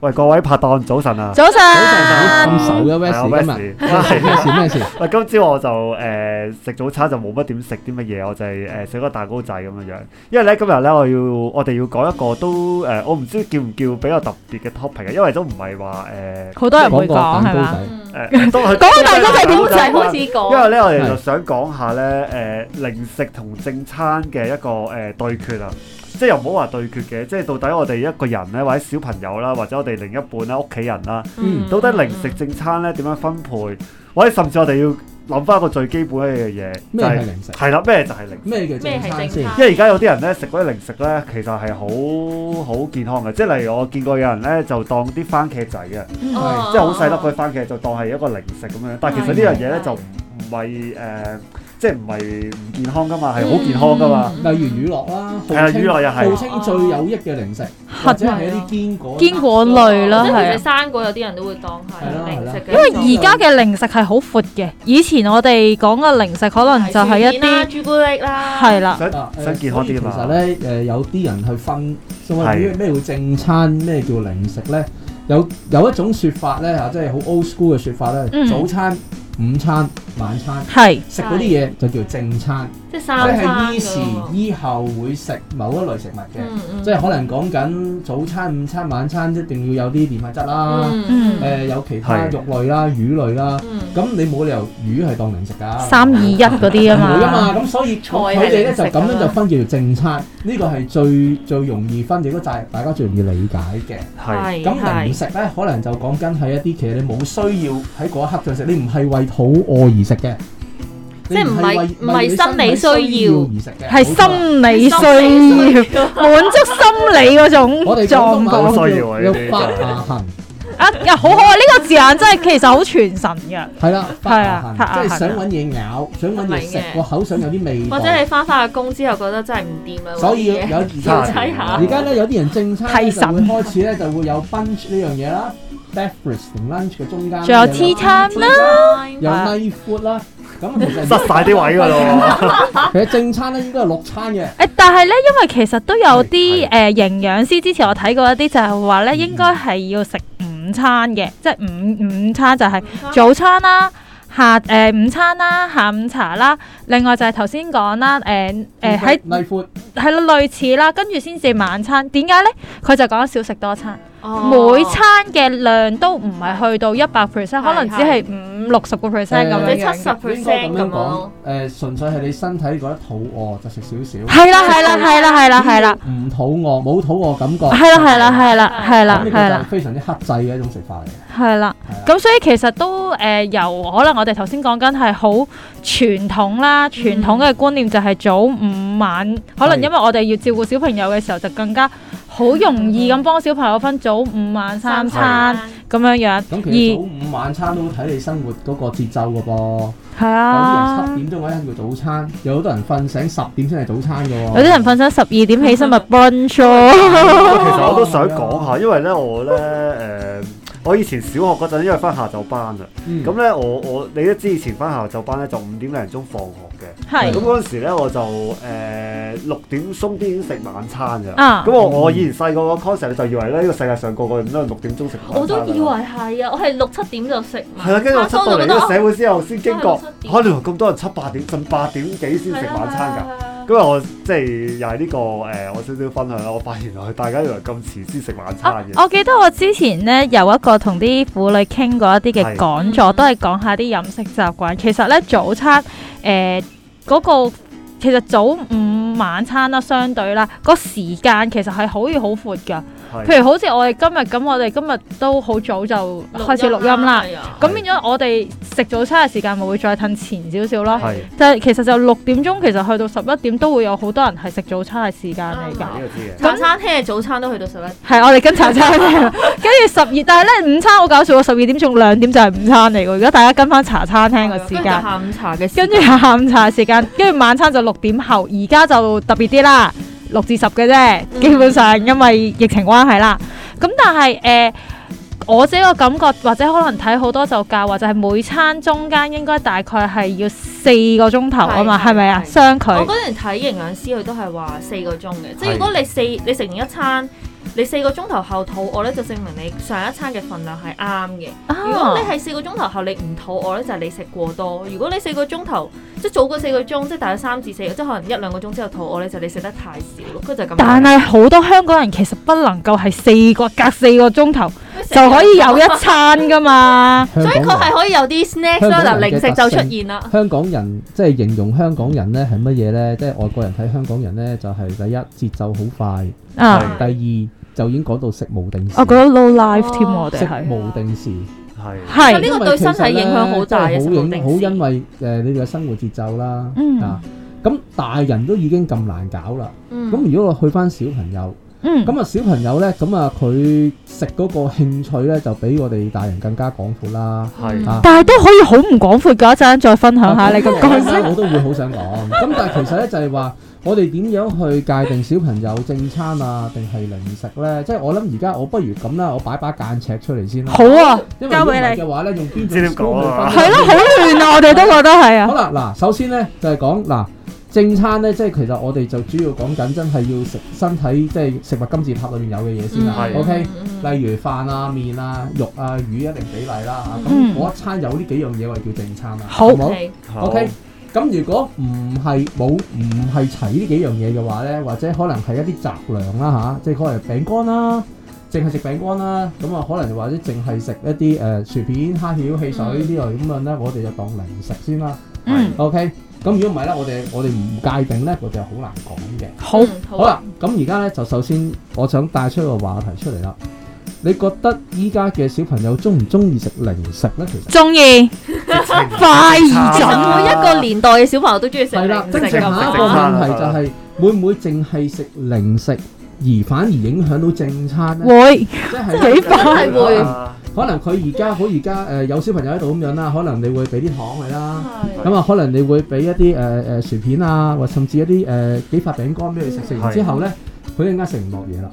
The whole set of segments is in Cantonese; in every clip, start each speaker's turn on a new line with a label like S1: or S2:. S1: 喂，各位拍檔，早晨啊！
S2: 早晨，
S3: 咁
S1: 晨
S3: 愁嘅
S1: 係啊
S3: Wes 今日
S1: Wesley，
S3: 咩事咩事？
S1: 喂，今朝我就誒食、早餐就冇乜點食啲乜嘢，我就係誒食個蛋糕仔咁樣樣。因為咧今日咧我要我哋要講一個都誒、呃我唔知叫唔叫比較特別嘅 topic 嘅，因為都唔係話
S2: 好多人
S3: 講
S2: 會
S3: 個
S2: 講係
S3: 蛋糕
S2: 嘛？
S3: 仔，
S1: 誒誒，都係
S2: 講個蛋糕仔點
S1: 都係
S2: 整
S1: 蛋糕仔
S4: 好 似
S1: 因為
S4: 講
S1: 咧，我哋就
S3: 係
S1: 想講下咧，誒、零食同正餐嘅一個誒、對決啊，即係又唔好話對決嘅，即係到底我哋一個人咧，或者小朋友啦，或者我哋另一半啦、屋企人啦，
S3: 嗯
S1: 到底零食正餐咧點樣分配，或者甚至我哋要諗翻一個最基本嘅嘢，就
S3: 咩係
S1: 係
S3: 零食？
S1: 係啦，咩就係零食。
S3: 咩叫正餐先？
S1: 因為而家有啲人咧食嗰啲零食咧，其實係好好健康嘅，即係例如我見過有人咧就當啲番茄仔嘅。
S3: 係
S4: 哦
S1: 即係好細粒嗰啲番茄就當係一個零食咁樣，但係其實呢樣嘢咧
S4: 係
S1: 就唔唔係誒，即係唔係唔健康噶嘛，係好健康噶嘛。
S3: 例如乳酪啦，
S1: 係啊
S3: 號稱
S1: 乳酪又係
S3: 號稱最有益嘅零食，或者係一啲堅果啦、
S2: 堅果類啦，
S4: 即係
S2: 係
S4: 其實
S2: 啊。
S4: 生果有啲人都會當係零食嘅，
S2: 因為而家嘅零食係好闊嘅，以前我哋講嘅零食可能就係一啲
S4: 朱古力啦，
S2: 係啦，
S1: 想
S3: 啊誒
S1: 想健康啲啊嘛
S3: 所以其實咧，誒有啲人去分，所謂咩
S1: 係
S3: 咩叫正餐，咩叫零食咧？有有一種説法咧嚇，即係好 old school 嘅説法咧，
S2: 嗯
S3: 早餐、午餐、晚餐
S2: 係
S3: 食嗰啲嘢就叫正餐，
S4: 即係
S3: 即
S4: 三
S3: 係
S4: 餐
S3: 依時依後會食某一類食物嘅。
S4: 嗯
S3: 即係可能講緊早餐、午餐、晚餐一定要有啲澱粉質啦，誒、
S4: 嗯
S3: 有其他
S1: 係
S3: 肉類啦、魚類啦，
S4: 嗯
S3: 咁你冇理由魚係當零食㗎，
S2: 三二一嗰啲啊
S3: 唔會啊
S2: 嘛，
S3: 嘛，咁所以
S4: 菜
S3: 佢
S4: 係
S3: 哋咧
S4: 零
S3: 就
S4: 食㗎
S3: 咁樣就分叫做正餐，呢個係最最容易分，亦都大大家最容易理解嘅。
S1: 係
S3: 咁零食咧，可能就講緊係一啲其實你冇需要喺嗰一刻就食，你唔係為肚餓而食嘅，
S4: 即係唔係
S3: 你
S4: 唔係
S3: 為
S4: 生理需要
S3: 而食嘅，
S2: 係
S3: 冇錯
S2: 心理需要，滿足心理嗰
S3: 我哋
S2: 種狀
S3: 講緊
S2: 況。
S1: 好需要啊呢啲
S3: 叫發下行。
S2: 啊，好可愛呢個字眼真係其實好傳神嘅，
S3: 係啦，
S2: 係
S3: 係
S2: 啊
S3: 啊，
S2: 拍
S3: 即
S2: 下痕
S3: 係想揾嘢咬，想揾嘢
S4: 明嘅
S3: 食，個口想有啲味道。
S4: 或者你翻返去工之後覺得真係唔掂啦，
S3: 所以有
S4: 嘢
S3: 而
S1: 要
S3: 家
S4: 睇下
S3: 啊而家咧有啲人正餐
S2: 提
S3: 咧就
S2: 神
S3: 會開始咧就會有 lunch 呢樣嘢啦，breakfast 同 lunch 嘅中間啦，
S2: 仲有
S3: 有
S2: tea time 啦，啊
S3: 有 night food 啦。咁啊其實
S1: 塞晒啲位㗎咯。
S3: 其實正餐咧應該係六餐嘅，
S2: 誒，但係咧，因為其實都有啲
S1: 係
S2: 誒營養師之前我睇過一啲就係話咧，應該係要食午餐嘅，即係午午餐就係早餐啦、下誒、午餐啦、下午茶啦，另外就係頭先講啦，誒
S3: 嗯
S2: 誒喺
S3: night food
S2: 係啦類似啦，跟住先至晚餐。點解咧？佢就講少食多餐，每餐嘅量都唔係去到一百 percent，可能只哦係五六十個 percent 咁
S4: 或者
S2: 樣
S4: 七
S2: 樣
S4: 十
S2: 嘅。
S3: 應該
S4: percent
S3: 咁
S4: 咁
S3: 樣
S4: 咯
S3: 講，，誒純粹係你身體覺得肚餓就食少 少，
S2: 係啦係啦係啦係啦係啦
S3: 唔肚餓冇肚餓感覺，
S2: 係啦係啦係啦係啦
S3: 咁呢個
S2: 係
S3: 就
S2: 啦
S3: 係非常之克制嘅一種食法嚟嘅。
S2: 係啦。
S3: 係啊啦
S2: 咁所以其實都誒、呃由可能我哋頭先講緊係好傳統啦，
S3: 嗯
S2: 傳統嘅觀念就係早午晚，可能因為我哋要照顧小朋友嘅時候，就更加好容易
S3: 嗯
S2: 咁幫小朋友分早午晚三餐咁樣樣。
S3: 咁其實早午晚餐都睇你生活嗰個節奏嘅噃，
S2: 係
S3: 有啲人
S2: 啊，
S3: 七點鐘嗰一叫早餐，有好多人瞓醒十點先係早餐嘅喎。
S2: 有啲人瞓醒十二點起身咪 brunch 咯。
S1: 其實
S3: 哦
S1: 我都想講下，因為咧我咧誒、我以前小學嗰陣因為翻下晝班啊，
S3: 嗯
S1: 咁咧我我你都知以前翻下晝班咧就五點零鐘放學嘅，
S2: 係
S1: 咁嗰陣時咧我就誒六、點鬆啲已經食晚餐㗎。
S2: 啊
S1: 咁，我我以前細個個 concept 就以為咧呢個世界上個個人都係六點鐘食晚餐
S4: 我哦都
S1: 㗎啦
S4: 以為係啊，我係六七點就食，
S1: 係啦，啊跟住我出到嚟呢個社會之後，先驚覺
S4: 真係七，點
S1: 可能咁多人七八點甚至八點幾先食晚餐㗎。
S4: 㗎
S1: 咁啊，我即係又係呢個誒、呃我少少分享啦。我發現原來大家原來咁遲先食晚
S2: 啊
S1: 餐嘅。
S2: 我記得我之前咧有一個同啲婦女傾過一啲嘅
S1: 係
S2: 講座，
S4: 嗯
S2: 都係講下啲飲食習慣。其實咧早餐誒嗰、個其實早午晚餐啦，相對啦，個時間其實係可以好闊㗎。
S1: 係
S2: 譬如好似我哋今日咁，我哋今日都好早就開始錄音啦。，
S4: 啊
S2: 咁變咗我哋食早餐嘅時間咪會再褪前少少咯。
S1: 係
S2: 就係其實就六點鐘，其實去到十一點都會有好多人係食早餐嘅時間嚟㗎
S4: 啱。啊
S1: 呢個知嘅。
S4: 茶餐廳嘅早餐都去到十一點。
S2: 係，我哋跟茶餐 廳，跟住十二，但係咧午餐好搞笑喎，十二點仲兩點就係午餐嚟喎。如果大家跟翻茶餐廳個時
S4: 跟住
S2: 間，
S4: 下午茶嘅時
S2: 跟
S4: 間，
S2: 住下午茶時間，跟住晚餐就六點後，而家就特別啲啦，六至十嘅啫，
S4: 嗯
S2: 基本上因為疫情關係啦。咁但係誒、呃我自己個感覺或者可能睇好多就教話就係每餐中間應該大概係要四個鐘頭啊嘛，
S4: 係
S2: 係咪啊？
S4: 係
S2: 相距
S4: 我嗰陣睇營養師，佢都係話四個鐘嘅，即係如果你四你食完一餐，你四個鐘頭後肚餓咧，就證明你上一餐嘅份量係啱嘅。
S2: 啊
S4: 如果你係四個鐘頭後你唔肚餓咧，就係你食過多；如果你四個鐘頭即係早過四個鐘，即係大約三至四個，即係可能一兩個鐘之後肚餓咧，就係你食得太少咯。佢就係咁樣。
S2: 但係好多香港人其實不能夠係四個隔四個鐘頭就可以有一餐噶 嘛。
S3: 香
S4: 所以佢
S3: 港
S4: 係
S3: 人
S4: 可以有啲 snacks 啦，嗱零食就出現啦。
S3: 香港人即係形容香港人咧係乜嘢咧？即係外國人睇香港人咧，就係、第一節奏好快，
S2: 啊，
S1: 係
S3: 第二就已經講到食無定時，
S2: 我覺得 low life 添喎，
S4: 哦
S2: 我哋
S3: 食
S2: 係
S3: 無定時。
S1: 係
S4: 呢
S2: 係
S4: 個對身體影響好大嘅
S3: 因為其實
S4: 食無
S3: 呢
S4: 定
S3: 真係好影
S4: 時
S3: 好因為誒、呃你哋嘅生活節奏啦，
S2: 嗯
S3: 啊，咁大人都已經咁難搞啦，咁、
S4: 嗯，
S3: 如果我去翻小朋友，
S2: 嗯
S3: 咁啊小朋友呢，咁啊佢食嗰個興趣呢，就比我哋大人更加廣闊啦。
S1: 係
S3: 啊
S2: 但係都可以好唔廣闊㗎，一陣再分享下你個角色。
S3: 我都會好想講。咁但係其實呢，就係話，我哋點樣去界定小朋友正餐啊，定係零食呢？即係我諗而家我不如咁啦，我擺把間尺出嚟先啦。
S2: 好啊，
S3: 因為
S2: 交俾
S3: 如果唔係
S2: 你
S3: 嘅話呢，用邊
S1: 知點講啊
S2: 係咯，好亂啊！我哋都覺得係
S3: 好
S2: 啊，
S3: 啦，嗱，首先咧就係講嗱正餐咧，即係其實我哋就主要講緊真係要食身體，即係食物金字塔裏面有嘅嘢先啦。
S1: 嗯
S3: OK，
S4: 嗯
S3: 例如飯啊、面啊、肉啊、魚一定比例啦嚇。
S2: 嗯
S3: 咁嗰一餐有呢幾樣嘢，我哋叫正餐啦。
S2: 好
S3: 唔好
S4: OK，
S3: OK。咁如果唔係冇唔係齊呢幾樣嘢嘅話咧，或者可能係一啲雜糧啦吓、即係可能係餅乾啦，淨係食餅乾啦，咁啊可能或者淨係食一啲誒、呃薯片、蝦條、汽水呢類咁樣咧，我哋就當零食先啦。
S2: 嗯，
S3: OK，咁如果唔係咧，我哋我哋唔界定咧，我哋好難講嘅。
S2: 好，
S4: 嗯
S3: 好，啦，咁而家咧就首先我想帶出一個話題出嚟啦。你覺得依家嘅小朋友中唔中意食零食咧？其實
S2: 中意快而
S4: 其實
S2: 準，
S4: 每一個年代嘅小朋友都中意食
S3: 係啦，
S4: 零
S3: 即係
S4: 食
S1: 正
S4: 㗎
S1: 常
S3: 下
S4: 嘛
S3: 一個問題就係會唔會淨係食零食而反而影響到正餐咧？
S2: 會
S3: 即
S2: 幾
S3: 係
S2: 快
S4: 真係會
S3: 可能佢而家好而家誒有小朋友喺度咁樣啦，可能你會俾啲糖佢啦。
S4: 係
S3: 咁啊，可能你會俾一啲誒誒薯片啊，或甚至一啲誒、呃、幾塊餅乾俾佢食，食完之後咧，佢一陣間食唔落嘢啦。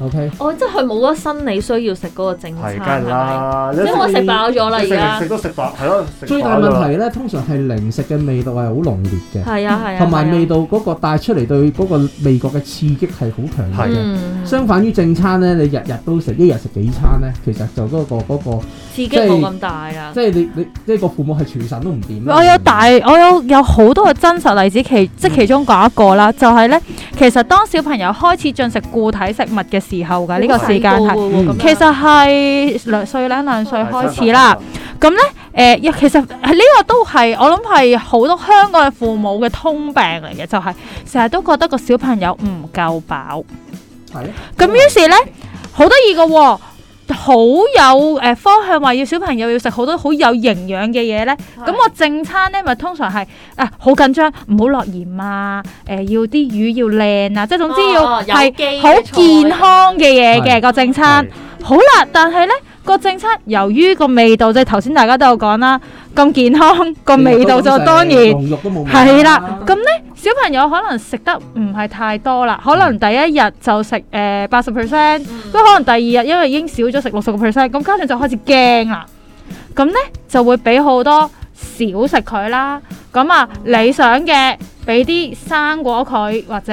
S3: OK，
S4: 哦，即係佢冇嗰個生理需要食嗰個正餐，
S1: 係，梗
S4: 係
S1: 係
S4: 咪？
S1: 啦，
S4: 即係我食飽咗啦，而
S1: 食
S4: 家
S1: 食都食飽，係咯，食飽咗啦
S3: 最大問題咧，通常係零食嘅味道係好濃烈嘅，
S4: 係啊係啊，
S3: 同埋味
S4: 道
S3: 道嗰個帶出嚟對嗰個味覺嘅刺激係好強烈嘅。
S4: 嗯，
S3: 相反於正餐咧，你日日都食，一日食幾餐咧，其實就嗰、個嗰、個，
S4: 刺激冇咁大啦。
S3: 即係你你即係個父母係全神都唔掂啦。
S2: 我哦有大，我有有好多嘅真實例子，其即其中講一個啦，就係呢。其實當小朋友開始進食固體食物嘅時候㗎，呢個時間係。
S4: 係
S2: 其實係兩歲零兩歲開始啦，，誒、亦其實呢個都係我諗係好多香港嘅父母嘅通病嚟嘅，就係成日都覺得個小朋友唔夠飽，
S3: 係啊
S2: 咁於是呢，好得意嘅喎，好有誒、呃方向話要小朋友要食好多好有營養嘅嘢呢。咁我正餐咧，咪通常係啊好緊張，唔好落鹽啊，誒、要啲魚要靚啊，即係總之要係好健康嘅嘢嘅
S3: 係
S2: 個正餐。好啦，但係咧個正餐由於個味道，即係頭先大家都有講啦，咁健康個
S3: 啊
S2: 味道就當然。
S3: 濃肉都冇味
S2: 係啦，咁咧小朋友可能食得唔係太多啦，可能第一日就食誒八十 percent，咁可能第二日因為已經少咗食六十個 percent，咁家長就開始驚啦。咁咧就會俾好多少食佢啦。咁啊理想嘅俾啲生果佢，或者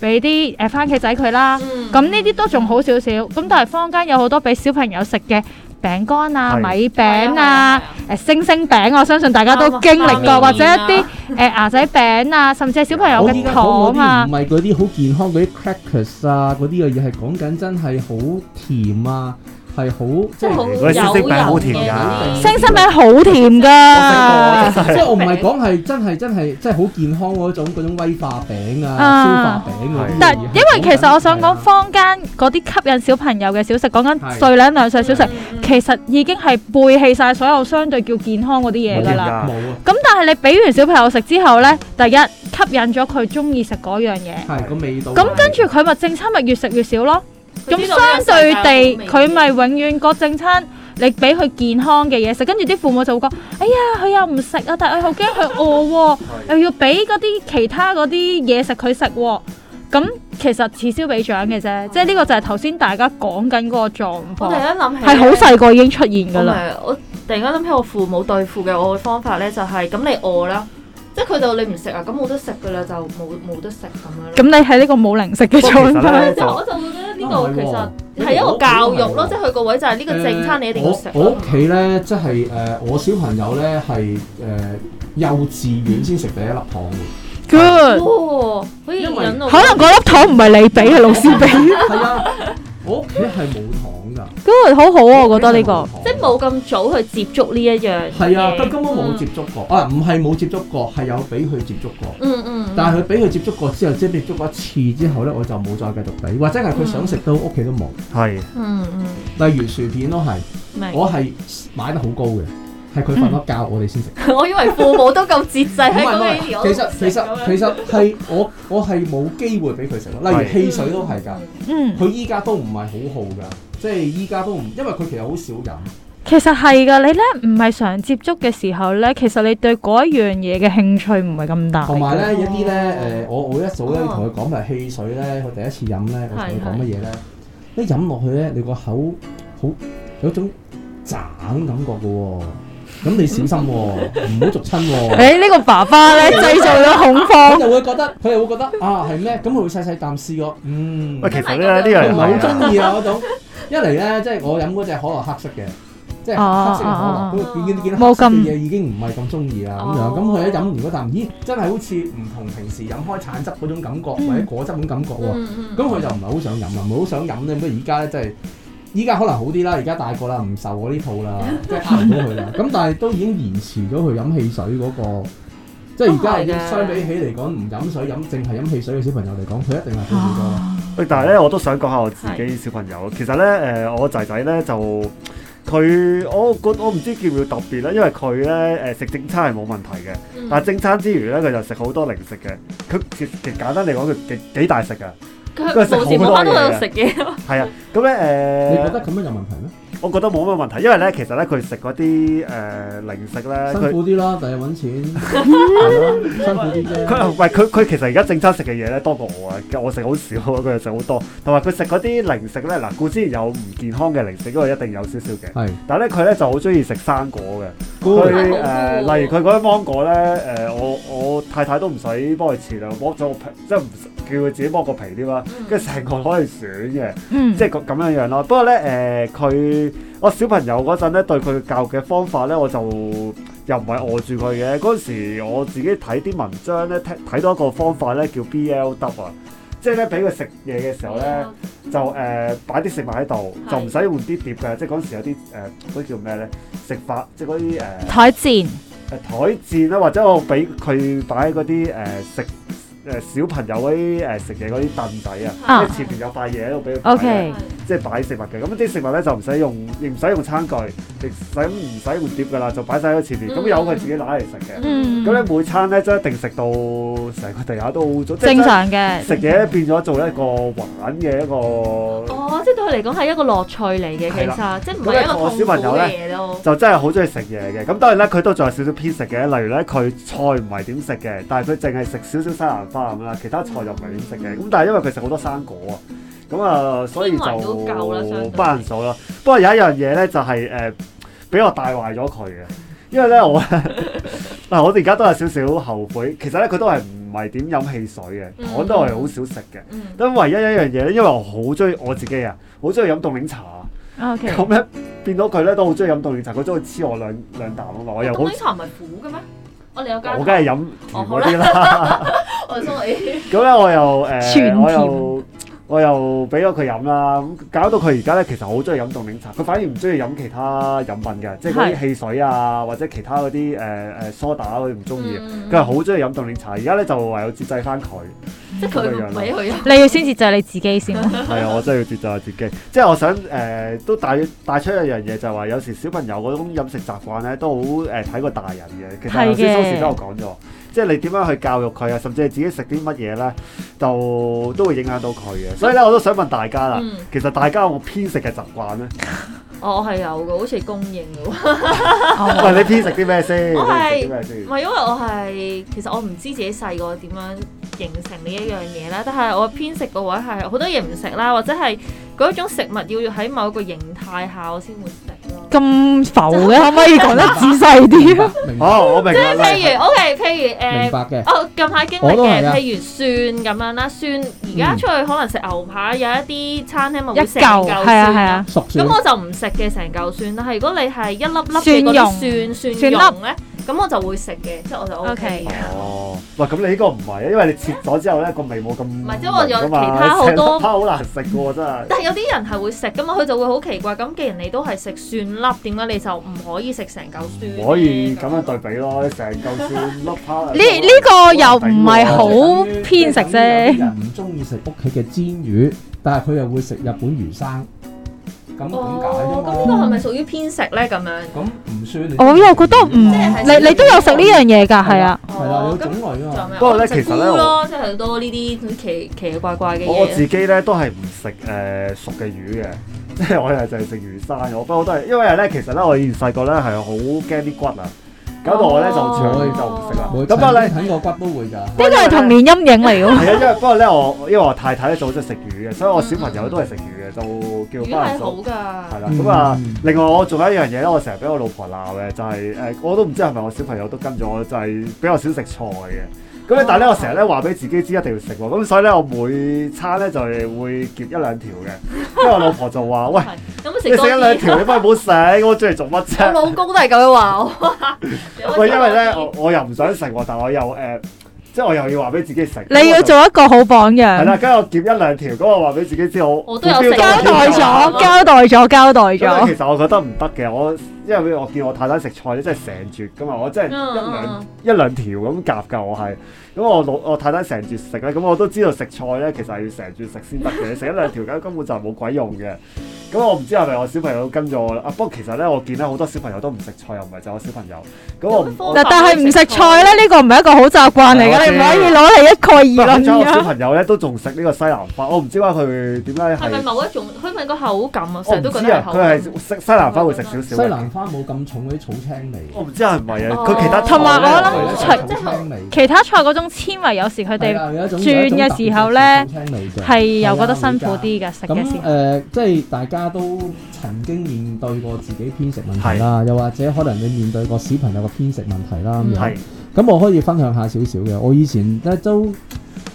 S2: 俾啲誒番茄仔佢啦。咁呢啲都仲好少少。咁但係坊間有好多俾小朋友食嘅餅乾啊、
S1: 係
S2: 米餅啊、誒星星餅，我相信大家都
S4: 啱啊
S2: 經歷過，
S4: 啱啊
S2: 或者一啲誒牙仔餅啊，甚至係小朋友
S3: 我依
S2: 嘅
S3: 家
S2: 糖
S3: 講嗰啲
S2: 啊
S3: 唔。係嗰啲好健康嗰啲 crackers 啊，嗰啲嘅嘢係講緊真係好甜啊，係好即
S4: 即係好
S3: 係
S1: 嗰啲星星餅好甜㗎
S2: 星星餅好甜㗎，
S3: 即係我唔係講係真係真係即係好健康嗰種嗰種威化餅啊
S2: 啊、
S3: 消化餅嗰啲嘢係講緊。
S2: 但因為其實我想講
S3: 係啊
S2: 坊間嗰啲吸引小朋友嘅小食，講緊
S3: 係
S2: 歲零兩歲小食，其實已經係背棄晒所有相對叫健康嗰啲嘢㗎啦。
S1: 啦
S3: 冇啊，
S2: 咁但係你俾完小朋友食之後呢，第一吸引咗佢中意食嗰樣嘢，
S3: 係個味道。
S2: 咁跟住佢咪正餐咪越食越少咯。咁相對地，佢咪永遠個正餐你俾佢健康嘅嘢食，跟住啲父母就會講：哎呀，佢又唔食啊，但係佢好驚佢餓喎，又要俾嗰啲其他嗰啲嘢食佢食喎。咁其實此消彼長嘅啫，即係呢個就係頭先大家講緊嗰個狀
S4: 我突
S2: 況，
S4: 然間諗起
S2: 係好細個已經出現㗎
S4: 我
S2: 啦。
S4: 咪我突然間諗起我父母對付嘅我嘅方法咧，就係咁你餓啦，即係佢就你唔食啊，咁冇得食㗎啦，就冇冇得食咁樣咯。
S2: 咁你喺呢個冇零食
S1: 不
S2: 嘅
S1: 過其實
S2: 狀態，
S1: 呢
S4: 就我就會覺得係呢個其
S3: 哦
S4: 實係一個教育咯，即係佢個位就係呢個正餐你一定要
S2: 啊
S4: 食
S3: 我我
S4: 咯
S3: 屋。企咧，即係誒我小朋友咧係誒幼稚園先食第一粒糖 嘅，
S2: good，
S4: 哇！可以
S3: 因為
S4: 引到
S2: 可能嗰粒糖唔係你俾，係老師俾
S3: 係啊，我屋企係冇糖㗎。
S2: ，good 好好啊，我覺得呢個
S4: 即係冇咁早去接觸呢一樣嘢。
S3: 係啊，根根本冇接觸
S4: 觸。
S3: 過啊，唔係冇接觸過，係有俾佢接觸過。
S4: 嗯嗯。
S3: 但係佢俾佢接觸過之後，即係接觸過一次之後咧，我就冇再繼續俾，或者係佢想食都屋企都冇。
S1: 係
S4: 嗯嗯，
S3: 例如薯片都係，
S4: 明。
S3: 我係買得好高嘅，係佢瞓咗覺我哋先食。
S4: 我以為父母都咁節制
S3: 唔係
S4: 喺
S3: 唔係
S4: 嗰幾年，我都
S3: 其
S4: 唔
S3: 實
S4: 食
S3: 其
S4: 咁樣
S3: 實其實係我我係冇機會俾佢食咯。例如
S1: 係
S3: 汽水都係㗎，
S2: 嗯，
S3: 佢依家都唔係好好㗎，即係依家都唔，因為佢其實好少飲。
S2: 其實係㗎，你咧唔係常接觸嘅時候咧，其實你對嗰一樣嘢嘅興趣唔係咁大。
S3: 同埋咧，一啲
S4: 哦
S3: 咧誒，我我一早咧
S4: 哦
S3: 同佢講埋汽水咧，我第一次飲咧，我
S4: 係
S3: 同佢講乜嘢咧？一飲落去咧，你個口好有種斬感覺嘅喎，咁你小心喎，唔好逐親喎。
S2: 誒呢個爸爸咧製造咗恐
S3: 佢
S2: 慌，
S3: 就會覺得，佢就會覺得啊係咩？咁佢會細細啖試過，嗯，
S1: 喂，
S3: 佢
S1: 其實咧呢樣
S4: 實
S1: 嘢
S3: 唔係
S1: 係
S3: 好
S1: 啊
S3: 中意啊嗰種。一嚟咧，即係我飲嗰只可樂黑色嘅，即係黑色嘅可樂，佢見見到黑色嘅嘢已經唔係咁中意啦咁樣。咁佢一飲完嗰啖，咦，真係好似唔同平時飲開橙汁嗰種感覺，或者果汁嗰種感覺喎。
S4: 嗯嗯
S3: 咁佢就唔係好想飲啦，唔係好想飲咧。咁而啊家咧，真係依家可能好啲啦，而家大個啦，唔受我呢套 啦，即係呃唔到佢啦。咁但係都已經延遲咗佢飲汽水嗰個，即係而家已
S4: 都係
S3: 經
S4: 嘅
S3: 相比起嚟講，唔飲水飲淨係飲汽水嘅小朋友嚟講，佢一定係好好多啦。
S4: 啊
S1: 喂，但係咧，我都想講下我自己小朋友。其實咧，誒、我仔仔咧就佢，我覺我唔知叫唔叫特別啦，因為佢咧誒食正餐係冇問題嘅，
S4: 嗯
S1: 但係正餐之餘咧，佢就食好多零食嘅。佢其其簡單嚟講，佢幾幾大食㗎，
S4: 佢無時無刻都喺度食嘢咯。
S1: 係啊。咁
S3: 你
S1: 咧
S3: 覺
S1: 誒，
S3: 得咁樣有問題咩？
S1: 我覺得冇乜問題，因為咧其實咧佢食嗰啲誒零食咧，
S3: 辛
S1: 佢
S3: 苦啲啦，第日揾錢， 係咯辛苦啲啫。
S1: 佢喂佢佢其實而家正餐食嘅嘢咧多過我啊，我食好少，佢又食好多。同埋佢食嗰啲零食咧，嗱固之然有唔健康嘅零食，因為一定有少少嘅。
S3: 係
S1: 但係咧佢咧就好中意食生果 嘅。佢
S3: 高
S4: 係
S1: 誒、
S4: 好
S1: 呃
S4: 高喎
S1: 例如佢嗰啲芒果咧，誒、我我太太都唔使幫佢切啦，剝咗個皮，即係唔叫佢自己剝個皮添啦，
S3: 嗯
S1: 跟住成個攞去選嘅，
S2: 嗯
S1: 即，係咁樣樣咯。不過咧誒，呃佢、我小朋友嗰陣咧對佢教育嘅方法咧，我就又唔係餓住佢嘅。嗰陣時我自己睇啲文章咧，睇睇到一個方法咧叫 BLW 啊，即係咧俾佢食嘢嘅時候咧。
S2: 哦
S1: 就誒
S2: 嗯
S1: 擺啲食物喺度，
S4: 係
S1: 就唔使換啲碟嘅，即係嗰陣時有啲誒嗰啲叫咩咧？食法即係嗰啲誒
S2: 台戰
S1: 誒台墊啊啦，或者我俾佢擺嗰啲誒食誒、小朋友嗰啲誒食嘢嗰啲凳仔啊，
S2: 啊
S1: 即係前面有塊嘢喺度俾佢擺嘅啊
S2: OK，
S1: 即係擺食物嘅。咁啲食物咧就唔使用，亦唔使用餐具，亦唔使唔使換碟噶啦，就擺晒喺前面。咁
S4: 嗯
S1: 由佢自己攞嚟食嘅。
S2: 嗯，
S1: 咁咧每餐咧都一定食到成個地下都污糟，即係
S2: 正常嘅，
S1: 食嘢變咗做一個玩嘅一個。
S4: 哦，即係對佢嚟講係一個樂趣嚟嘅，其實即係唔係一個痛苦嘅嘢咯。
S1: 就真係好中意食嘢嘅。咁當然咧，佢都仲有少少偏食嘅，例如咧佢菜唔係點食嘅，但係佢淨係食少少西蘭花咁啦，其他菜就唔係點食嘅。咁但係因為佢食好多生果啊，咁啊，所以就
S4: 纖維都夠啦相對
S1: 不人數啦。不過有一樣嘢咧，就係誒俾我帶壞咗佢嘅，因為咧我 嗱我哋而家都有少少後悔，其實咧佢都係唔係點飲汽水嘅，
S4: 嗯
S1: 我都係好少食嘅。
S4: 嗯，
S1: 咁唯一一樣嘢咧，因為我好中意我自己啊，好中意飲凍檸茶啊。
S2: OK，
S1: 咁咧變到佢咧都好中意飲凍檸茶，佢中意黐我兩兩啖咁嘛，我又好，
S4: 凍檸茶唔係苦嘅咩？我哋有間，
S1: 我梗係飲甜嗰啲哦啦。
S4: 我心諗，
S1: 咁咧我又誒，
S2: 全甜
S1: 我又我又俾咗佢飲啦，咁搞到佢而家咧其實好中意飲凍檸茶，佢反而唔中意飲其他飲品嘅，即係嗰
S2: 係
S1: 啲汽水啊或者其他嗰啲誒誒梳打佢唔中意嘅，佢係好中意飲凍檸茶，而家咧就唯有節制翻佢。
S4: 即係佢唔俾佢飲。
S2: 你要先節制你自己先。
S1: 係啊，我真係要節制下自己。即係我想誒、呃都帶帶出一樣嘢，就係話有時小朋友嗰種飲食習慣咧，都好誒睇過大人嘅。其實頭先
S2: 係嘅
S1: 蘇時都有講咗，即係你點樣去教育佢啊，甚至係自己食啲乜嘢咧，就都會影響到佢嘅。所以咧，我都想問大家啦，
S4: 嗯，
S1: 其實大家有冇偏食嘅習慣咧？
S4: 我係有嘅，好似供應嘅喎。
S1: 喂，你偏食啲咩先？
S4: 我係
S1: 你食啲咩先
S4: 唔？係因為我係其實我唔知自己細個點樣形成呢一樣嘢啦，但係我偏食個位係好多嘢唔食啦，或者係嗰一種食物要喺某一個形態下我先會食咯。
S2: 咁浮 嘅，可唔可以講得仔細 啲啊？
S3: 明白
S1: 哦，我明啦。
S4: 譬如 OK，譬如
S3: 明
S4: 誒。
S3: 白嘅，
S4: 哦，近排經歷
S3: 我都係
S4: 嘅，
S3: 啊
S4: 譬如蒜咁樣啦，蒜而家
S3: 嗯
S4: 出去可能食牛扒，有一啲餐廳咪
S2: 一
S4: 會成
S2: 嚿
S4: 嚿蒜
S2: 係啊係啊
S4: 啦。，
S3: 熟少
S4: 咁我就唔食嘅成嚿蒜啦，係如果你係一粒粒嘅嗰啲蒜蒜
S2: 蒜蓉
S4: 蓉咧，咁我就會食嘅，即係我就啊 O K
S2: OK。
S1: 哦，喂，咁你呢個唔係啊，因為你切咗之後咧，個味冇咁唔
S4: 係即係我有其他好
S1: 成粒
S4: 多
S1: 蝦好難食嘅喎，真係。
S4: 但係有啲人係會食噶嘛，佢就會好奇怪。咁既然你都係食蒜粒，點解你就唔可以食成嚿蒜呢？
S1: 唔可以咁樣對比咯，你成嚿蒜粒蝦。
S2: 呢呢個又唔係 好偏食啫。
S3: 人唔中意食屋企嘅煎魚，但係佢又會食日本魚生，咁點解
S4: 哦，咁呢
S3: 啫
S4: 個
S3: 嘛？
S4: 係咪屬於偏食咧？咁樣
S3: 咁唔算你。
S2: 我又覺得唔，你你都有食呢樣嘢㗎，係啊。
S3: 係啦，有種類
S4: 仲
S3: 啊
S4: 有
S3: 嘛。
S4: 咩？
S1: 不過咧
S4: 我食
S1: 其實咧
S4: 菇
S1: 我
S4: 咯，即係好多呢啲奇奇奇怪怪嘅
S1: 我我
S4: 嘢。
S1: 自己咧都係唔食誒熟嘅魚嘅， 即係我係就係食魚生嘅。我不過都係因為咧，其實咧我以前細個咧係好驚啲骨啊，搞到我咧就
S4: 哦
S1: 長期就唔食啦。
S3: 會
S1: 咁不過咧。
S3: 啃個骨都會㗎。
S2: 呢個係童年陰影嚟
S1: 係
S2: 㗎。
S1: 啊，因為不過咧，我因為我太太咧就好中意食魚嘅，所以我小朋友都係食魚嘅，就
S4: 魚
S1: 叫翻
S4: 係
S1: 人
S4: 好
S1: 做。係
S4: 㗎，
S1: 啦，咁啊
S3: 嗯，
S1: 另外我仲有一樣嘢咧，我成日俾我老婆鬧嘅，就係、誒、我都唔知係咪我小朋友都跟咗我，就係、比較少食菜嘅。咁
S4: 哦
S1: 咧，但係咧，我成日咧話俾自己知一定要食喎，咁所以咧，我每餐咧就係會夾一兩條 嘅，因為我老婆就話：喂，
S4: 係咁
S1: 你
S4: 食
S1: 食
S4: 多
S1: 一兩
S4: 啲。
S1: 條，你翻去唔好食，我中意做乜
S4: 我
S1: 啫？
S4: 老公都係咁樣話我。
S1: 喂，因為咧，我我又唔想食喎，但我又誒、即係我又要話俾自己食。
S2: 你要做一個好榜
S1: 係
S2: 樣
S1: 啦，，跟住我夾一兩條，咁我話俾自己知我
S4: 我都有食
S1: 目標
S2: 交代
S1: 就係咁樣
S2: 咗，交代咗，交代
S1: 咁
S2: 咗。
S1: 其實我覺得唔得嘅，我因為我見我太太食菜咧，真係成絕噶嘛，我真係一
S4: 嗯
S1: 兩、
S4: 嗯
S1: 一兩條咁夾㗎，我係。咁我老我太太成絕食咧，咁我都知道食菜咧其實係要成絕食先得嘅，食一兩條咁根本就係冇鬼用嘅。咁我唔知係咪我小朋友跟咗我啦，啊不過其實咧我見咧好多小朋友都唔食菜，又唔係就我小朋友。咁我唔
S4: 有咩
S2: 嗱，但係唔食菜咧，呢個唔係一個好習慣嚟
S1: 係我啊
S2: 嘅，
S1: 知
S2: 你唔
S1: 不過好彩我
S2: 可以攞嚟一概而論
S1: 小
S2: 㗎。
S1: 朋友咧都仲食呢個西蘭花，我唔知話佢點解
S4: 係咪
S1: 係。
S4: 某一種？佢咪個口感啊，
S1: 我
S4: 成日
S1: 唔
S4: 都覺
S1: 知
S4: 得係
S1: 啊，
S4: 口
S1: 佢係
S4: 感。
S1: 食西蘭花會食少
S3: 西
S1: 少嘅。
S3: 蘭花冇咁重嗰啲草青味。
S1: 我唔知係唔係啊，佢其
S4: 哦
S1: 他
S2: 同
S1: 菜
S2: 埋
S1: 呢
S2: 我諗
S1: 就
S2: 除
S1: 係
S3: 草青味。
S2: 其他菜嗰種纖維，有時佢
S3: 啊
S2: 哋
S3: 轉
S2: 轉嘅時候呢係又覺得辛苦啲嘅，食
S3: 咁
S2: 嘅時
S3: 誒、
S2: 候。
S3: 即係大家都曾經面對過自己偏食問題啦，又或者可能你面對過小朋友嘅偏食問題啦咁樣。
S1: 係
S3: 咁我可以分享下少少嘅，我以前咧都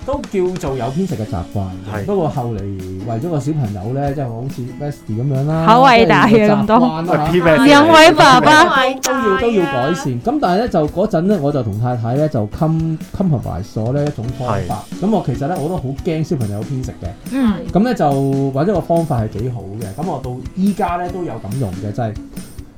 S3: 都叫做有偏食嘅習慣
S1: 係
S3: 嘅，不過後嚟為咗個小朋友咧，即係好似 Westy 咁樣啦，
S2: 好偉大啊
S3: 即係個習慣啦
S2: 咁
S1: 喂
S3: 嚇
S1: P 咩
S2: 兩位爸爸
S3: 都要
S2: 啊
S3: 都
S2: 哎
S3: 要改。善。咁但係咧就嗰陣咧，我就同太太咧就 com compromise 咗呢一種方法。咁我其實咧我都好驚小朋友偏食嘅。
S2: 嗯，
S3: 咁咧就揾咗個方法係幾好嘅。咁我啊到依家咧都有咁用嘅，就係、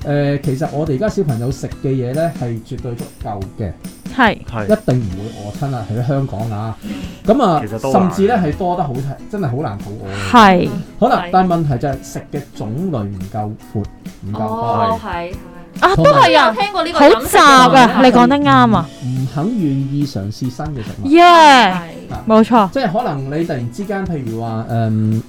S3: 誒、其實我哋而家小朋友食嘅嘢咧係絕對足夠嘅，
S2: 係。
S1: 係
S3: 一定唔會餓親啊！喺香港啊，咁啊，
S1: 其實都難
S3: 甚至咧係多得好睇，真係好難肚餓嘅。
S2: 係
S3: 可能
S4: 係
S3: 但係問題就係食嘅種類唔夠闊，唔夠多。
S4: 哦，係。
S2: 啊，
S3: 同
S2: 都
S3: 埋
S2: 係啊，
S4: 聽過呢個
S2: 好雜啊！你講得啱啊
S3: 唔肯願意嘗試新嘅食物，
S2: ，yeah，冇錯，
S3: 即係可能你突然之間，譬如話誒，嗯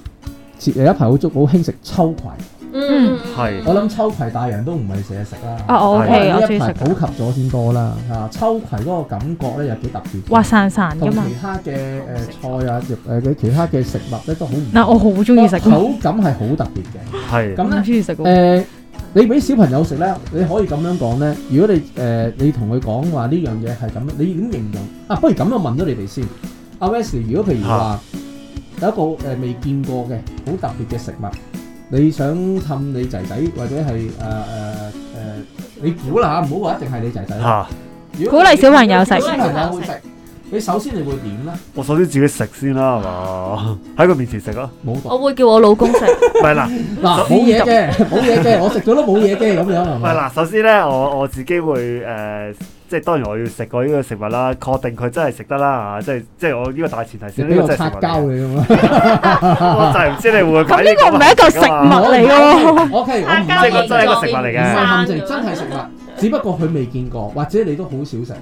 S3: 前有一排好足好興食秋葵，
S4: 嗯，
S3: 我諗秋葵大人都唔係成日食啦。
S2: 啊我
S3: 可能
S2: OK，我
S3: 呢
S2: 中
S3: 一
S2: 意
S3: 排
S2: 食
S3: 普及咗先多啦，嚇秋葵嗰個感覺咧又幾特別，
S2: 滑潺潺噶
S3: 同
S2: 嘛。
S3: 其他嘅誒菜啊、誒嘅其他嘅食物咧都好唔
S2: 嗱，我好中意食㗎，
S3: 個口感係好特別嘅。
S1: 係
S3: 咁
S2: 唔
S3: 咧
S2: 中意食喎。
S3: 誒，你俾小朋友食咧，你可以咁樣講咧。如果你誒、你同佢講話呢樣嘢係咁，你點形容啊？不如咁樣問咗你哋先。阿 Wesley，如果譬如話有一個誒、未見過嘅好特別嘅食物，你想氹你仔仔或者係誒誒誒，ờ, 你估啦嚇，唔好話一定係你仔仔啦。
S1: 嚇。
S3: 如
S2: 鼓
S3: 果
S2: 勵小朋友
S3: 小
S2: 食，
S3: 朋友會食，你首先你會點咧？
S1: 我首先自己食先啦，係嘛？ 喺佢面前食咯。
S3: 冇毒
S4: 我會叫我老公食。
S1: 唔係 嗱，唔
S3: 嗱，冇嘢嘅，冇嘢嘅，我食咗都冇嘢嘅咁樣係
S1: 係
S3: 咪？
S1: 嗱，首先咧，我我自己會誒、即係當然我要食過呢個食物啦，確定佢真係食得啦嚇，即係即係我呢個大前提
S3: 你
S1: 先。呢
S3: 俾
S1: 個
S3: 我
S1: 真係
S3: 擦
S1: 食物嚟
S3: 膠
S1: 嘅。
S3: 你咁 啊！
S1: 我就係唔知你會
S2: 咁呢個唔係一嚿食
S3: 唔
S1: 啊
S2: 物嚟㗎喎。
S3: O K，我唔
S1: 即係個真係一個食物嚟嘅
S3: 唔係陷阱，真係食物，只不過佢未見過，或者你都好少食，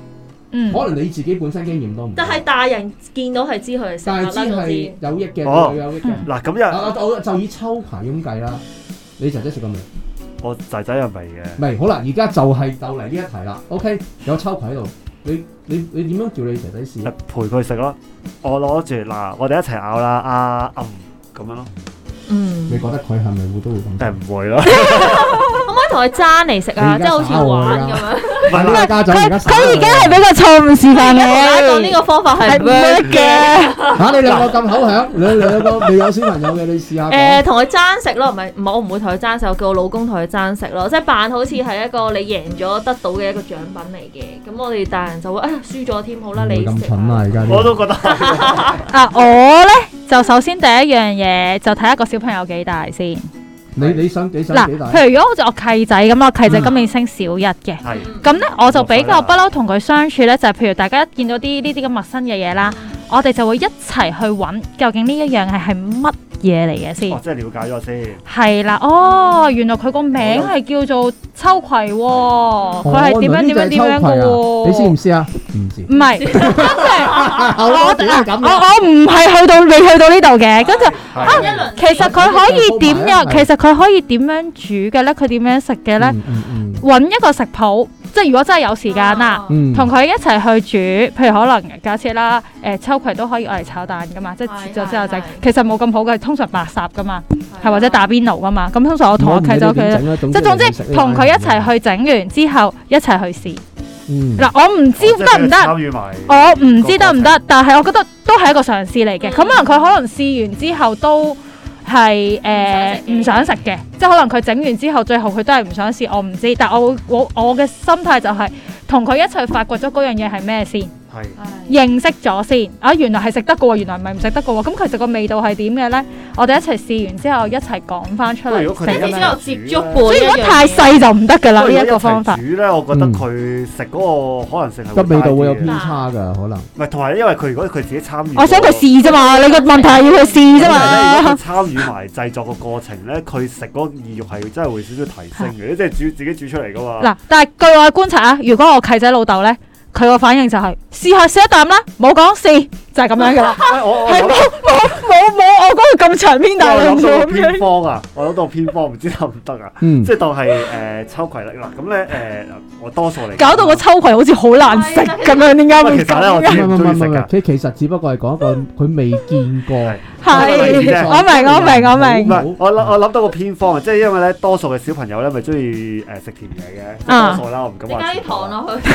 S2: 嗯，
S3: 可能你自己本身經驗都唔夠。
S4: 但係大人見到係知佢係食
S3: 但
S4: 物
S3: 係知
S4: 啦，總
S3: 係
S4: 之。
S3: 有益嘅，
S1: 哦
S3: 對佢有益嘅。
S1: 嗱咁又
S3: 啊我就以秋葵咁計啦，你仔仔食過未？
S1: 我仔仔又未嘅，
S3: 未好啦，而家就係就嚟呢一題啦。O K，有秋葵喺度，你你你點樣叫你仔仔試？
S1: 陪佢食咯。我攞住嗱，我哋一齊咬啦，啊嗯咁樣咯，
S4: 嗯
S3: 你覺得佢係咪會都會咁？
S1: 但係唔會咯。
S4: 可唔可以同佢爭嚟食啊，即係好似玩咁樣。
S1: 係啦
S3: 大家就而家
S5: 佢而家係俾個錯誤示範
S4: 而
S5: 你，
S4: 家
S2: 啊
S4: 同大家講呢個方法係
S5: 係
S4: 唔
S5: 唔
S4: work
S5: work
S4: 嘅。
S5: 嘅。
S3: 嚇你兩個咁口響，你你兩個未有小朋友嘅，你試下
S4: 誒
S3: 講。
S4: 同佢爭食咯，唔係唔係我唔會同佢爭食，我叫我老公同佢爭食咯，即係扮好似係一個你贏咗得到嘅一個獎品嚟嘅。咁我哋大人就會啊輸咗添，好啦，你
S3: 唔會咁
S4: 食
S3: 蠢啊！
S4: 啊
S3: 而家啲
S1: 我都覺得
S2: 啊，我呢，就首先第一樣嘢就睇一個小朋友幾大先。
S3: 你你想你想
S2: 嗱
S3: 幾，大？
S2: 譬如如果好似我契仔咁啦，我啊契仔
S3: 嗯
S2: 今年升小一嘅。
S1: 係
S2: 咁咧我就比較不嬲同佢相處咧，就係、譬如大家一見到啲呢啲咁陌生嘅嘢啦，
S3: 嗯
S2: 我哋就會一齊去揾究竟呢一樣係係乜嘢嚟嘅
S1: 我
S3: 哦
S2: 先。
S1: 哦真係了解咗先。
S2: 係啦，哦，
S3: 嗯
S2: 原來佢個名係叫做秋葵喎、
S3: 哦
S2: 佢係點樣點樣點樣嘅喎。
S3: 你知唔知啊？唔 知。
S2: 唔係， 即係
S3: 我
S2: 我我
S3: 係咁嘅。
S2: 我唔係去到未去到呢度嘅，跟住
S1: 係
S4: 一輪
S2: 其實佢可以點樣？
S3: 係
S2: 其實佢可以點樣煮嘅咧？佢點樣食嘅咧？
S3: 嗯嗯嗯
S2: 揾一個食譜，即係如果真係有時間啦。
S3: 嗯。
S2: 同佢一齊去煮，譬如可能假設啦，誒、秋葵都可以愛嚟炒蛋噶嘛，即係
S4: 係
S2: 切咗之後
S4: 係
S2: 整
S4: 係，
S2: 其實冇咁好嘅，通常白霎噶嘛，係或者打邊爐噶嘛，咁通常我同我
S3: 我
S2: 契
S3: 唔
S2: 咗
S3: 理你點
S2: 佢，
S3: 啊整啦，
S2: 即係總之同佢一齊
S3: 去。
S2: 去整完之後一齊去試。
S3: 嗯。
S2: 嗱，我唔知
S1: 即係
S2: 得唔
S1: 俾佢
S2: 得，
S1: 參與埋
S2: 我唔知得唔得，但係我覺嗯得都係一個嘗試嚟嘅。咁可能佢可能試完之後都。係誒唔想食嘅，即係可能佢整完之後，最後佢都係唔想試，我唔知。但我會我我嘅心態就係同佢一齊發掘咗嗰樣嘢係咩先。
S1: 係
S2: 認識咗先啊，原來係食得嘅喎，原來唔係唔食得嘅喎。咁其實個味道係點嘅咧？我哋一齊試完之後一齊講翻出嚟
S1: 不過如果佢
S2: 食
S1: 哋
S2: 咁
S1: 一
S4: 即係只
S2: 樣
S1: 齊
S4: 有接觸過
S2: 所
S4: 一
S2: 以如
S4: 樣嘢，
S2: 果太細就唔得㗎啦，
S1: 不過
S2: 呢
S1: 如果
S2: 一個方法
S1: 一齊。煮咧，我覺得
S3: 嗯
S1: 佢食嗰個可能性係
S3: 個味道會有
S1: 低啲
S3: 偏
S1: 嘅
S3: 差㗎，可能。
S1: 唔係同埋因為佢如果佢自己參與，
S2: 我想佢。試啫嘛，你個問題係要佢試啫
S1: 咧，如果佢。
S2: 嘛
S1: 參與埋製作個過程咧，佢食嗰個意欲係真係會少少提升 嘅，即係煮自己煮出嚟噶嘛。
S2: 嗱，但係據我觀察啊，如果我契仔老豆咧，佢個反應就係試下試一啖啦，冇講試就係咁樣㗎啦，
S1: 喂，我我
S2: 係冇冇冇冇我講到咁長篇大論
S1: 我諗到
S2: 咁
S1: 個
S2: 樣
S1: 偏。方啊，我諗到個偏方，唔知得唔得啊？
S3: 嗯
S1: 即。係當係誒秋葵啦。嗱，咁咧誒，我多數嚟
S2: 搞到個秋葵好似好難食咁樣，點解
S1: 喂
S2: 會
S1: 其實咧
S2: 咁
S1: 我
S2: 嘅
S1: 知
S3: 唔係唔係唔係唔係，佢其實只不過係講一個佢未見過。
S1: 係啊
S2: 係，我明我明我
S1: 唔
S2: 明。
S1: 係，我諗我諗到個偏方啊，即係因為咧，多數嘅小朋友咧，咪中意誒食甜嘢嘅，即係
S2: 啊
S1: 多數啦，我唔敢
S4: 你加
S1: 話。
S4: 啲糖。落去，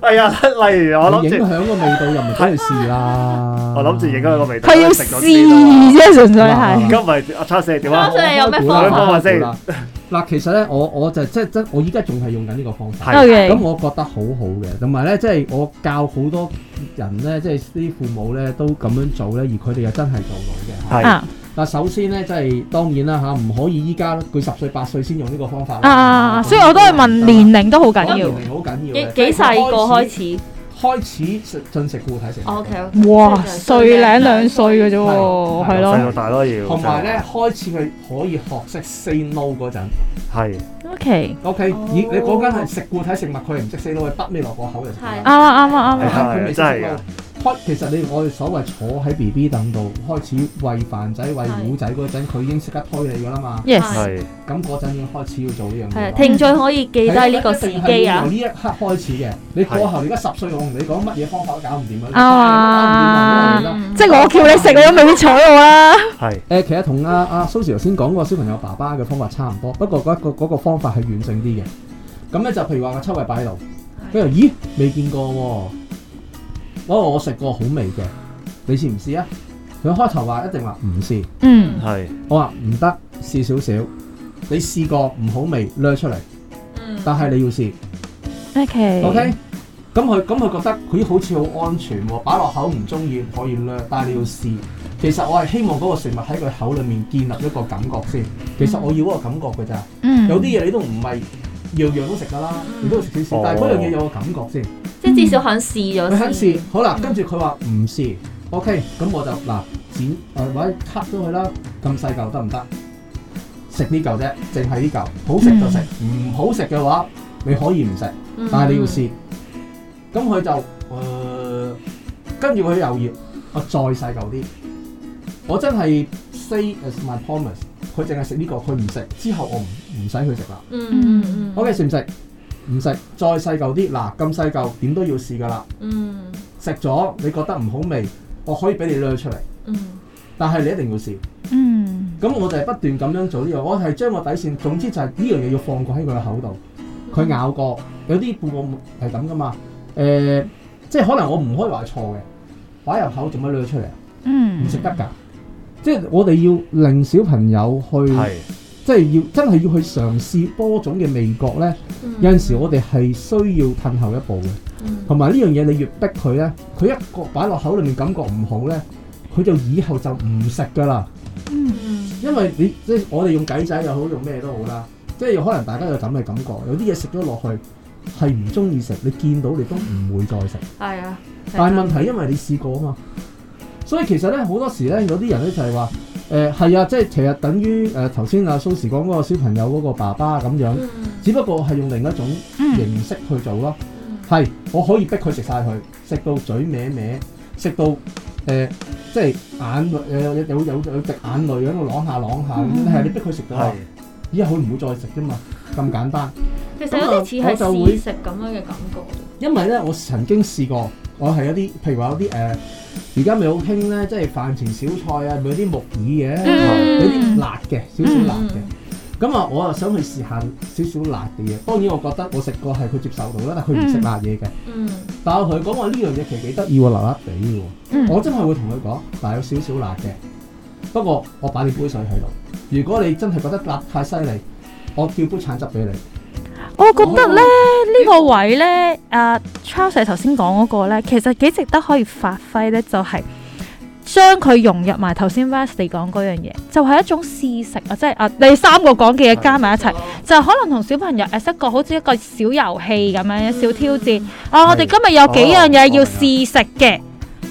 S1: 係啊，例如我諗
S3: 你影
S1: 住，
S3: 響個味道又唔使 去試啦。
S1: 我諗住影響佢個味道。
S2: 佢要
S1: 食咗先啊
S2: 試啫，純粹
S3: 哇
S2: 係。
S1: 咁唔係阿 Charles 係點啊
S4: 咁？所以有咩
S1: 我
S4: 方
S1: 開
S4: 法？
S1: 估啦先
S3: 嗱，其實咧，我我就即係真，我依家仲係用緊呢個方法。
S1: 係
S2: OK
S3: 咁我覺得好好嘅，同埋咧，即係我教好多人咧，即係啲父母咧都咁樣做咧，而佢哋又真係做到嘅。
S1: 係
S2: 啊
S3: 嗱，首先咧，即係當然啦嚇，唔可以依家佢十歲八歲先用呢個方法啦。
S2: 啊啊！所以我都係問年齡都好緊
S3: 緊
S2: 要
S3: 要，。好緊要
S4: 幾
S3: 嘅。
S4: 幾細個開始
S3: 開始食進食固體食物。
S4: ？O K O
S2: 哇，歲零兩歲嘅啫喎，
S3: 係
S2: 係
S1: 細到
S2: 咯。
S1: 大咯要。
S3: 同埋咧，開始佢可以學識 say no 嗰陣
S1: 係
S2: OK，
S3: ，OK，
S4: 哦
S3: 咦？你嗰間係食固體食物，佢係唔識 say no，佢北尾落個口就食啦
S4: 係
S2: 啱。啊啱啊啱
S1: 係
S2: 啊。
S1: 啊係啊真係㗎
S3: 開其實你我哋所謂坐喺 B B 凳度開始餵飯仔餵糊仔嗰陣，佢已經識得推你㗎啦嘛。
S2: Yes，
S1: 係
S3: 咁嗰陣已經開始要做呢樣嘢
S4: 係啊
S3: 啦。
S4: 聽眾可以記低呢個時機
S3: 係
S4: 啊
S3: 由！呢一刻開始嘅，你過後你而家十歲，我同你講乜嘢方法都搞唔掂
S2: 啱啊
S3: 啊！你
S2: 即係我叫你食，你都未必睬我啊啦。
S1: 係
S3: 誒，其實同阿阿 Susie 頭先講個小朋友爸爸嘅方法差唔多，不過嗰、一個嗰個方法係完整啲嘅。咁咧就譬如話個秋桂擺喺度，跟住咦未見過喎、哦我食過好味嘅，你試唔試啊？佢開頭話一定話唔試，
S2: 嗯，
S1: 係
S3: 我話唔得，試少少。你試過唔好味，掠出嚟，
S4: 嗯
S3: 但係你要試。
S2: 嗯 OK。
S3: OK，咁佢咁佢覺得佢好似好安全喎，擺落口唔中意可以掠，但係你要試。其實我係希望嗰個食物喺佢口裡面建立一個感覺先。其實我要嗰個感覺㗎咋，
S2: 嗯
S3: 有啲嘢你都唔係樣樣都食㗎啦，你都食少
S1: 哦
S3: 少，但係嗰樣嘢有個感覺先。
S4: 即係至少肯試咗
S3: 佢肯試
S4: 先，，
S3: 好啦，跟住佢話唔試，OK，咁我就嗱剪誒或者 cut 咗佢啦，咁細嚿得唔得？食呢嚿啫，淨係呢嚿，好食就食，唔好食嘅話你可以唔食。
S4: 嗯
S3: 但係啊你要試。咁佢就誒，呃跟住佢又要我再細嚿啲，我真係 say as my promise，佢淨係食呢個，佢唔食，之後我唔唔使佢食啦。
S4: 嗯嗯嗯
S3: OK，食唔食？唔食，再細嚿啲，嗱咁細嚿點都要試㗎啦。
S4: 嗯
S3: 食咗你覺得唔好味，我可以俾你掠出嚟，
S4: 嗯
S3: 但係你一定要試。
S2: 嗯
S3: 咁我就係不斷咁樣做呢樣，我係將個底線，總之就係呢樣嘢要放過喺佢嘅口度。佢咬過，有啲父母係咁噶嘛。誒、即係可能我唔可以話錯嘅，擺入口做乜攞出嚟啊？唔
S2: 嗯
S3: 食得㗎。即係我哋要令小朋友去，
S1: 係
S3: 即係要真係要去嘗試多種嘅味覺咧。
S4: 嗯
S3: 有陣時我哋係需要褪後一步嘅，同埋呢樣嘢你越逼佢咧，佢一個擺落口裏面感覺唔好咧，佢就以後就唔食㗎啦。
S2: 嗯
S3: 因為你即係我哋用計仔又好，用咩都好啦，即係可能大家有咁嘅感覺，有啲嘢食咗落去係唔中意食，你見到你都唔會再食。
S4: 係啊，
S3: 但係問題因為你試過啊嘛，所以其實咧好多時咧有啲人咧就係話誒係啊，即係其實等於誒頭先阿蘇時講嗰個小朋友嗰個爸爸咁樣，只不過係用另一種
S2: 嗯
S3: 形式去做咯。係，我可以逼佢食晒佢，食到嘴歪歪，食到誒、呃即係眼淚呃有有有有有滴眼淚喺度啷下啷下，係、
S2: 嗯
S3: 你逼佢食到
S1: 係
S3: 啦，以後佢唔會再食啫嘛，咁簡單。
S4: 其實有啲似係試食咁樣嘅感覺。
S3: 因為咧，我曾經試過，我係有啲，譬如話有啲誒，呃而家咪好興咧，即係飯前小菜啊，咪有啲木耳嘅，
S2: 嗯
S3: 有啲辣嘅，少少辣嘅。咁啊，我啊想去試下少少辣嘅嘢。當然，我覺得我食過係佢接受到啦，但係佢唔食辣嘢嘅。
S4: 嗯
S3: 但係我同佢講話呢樣嘢其實幾得意喎，辣辣地喎。
S2: 嗯
S3: 我真係會同佢講，但係有少少辣嘅。不過我擺你杯水喺度，如果你真係覺得辣太犀利，我叫杯橙汁俾你。
S2: 啊我覺得咧呢個位咧，阿 Charles 頭先講嗰個咧，其實幾值得可以發揮咧，就係將佢融入埋頭先 Wesley 講嗰樣嘢，就係一種試食啊，即係啊你三個講嘅嘢加埋一齊，就可能同小朋友 as 一個好似一個小遊戲咁樣，小挑戰。啊，我哋今日有幾樣嘢要試食嘅，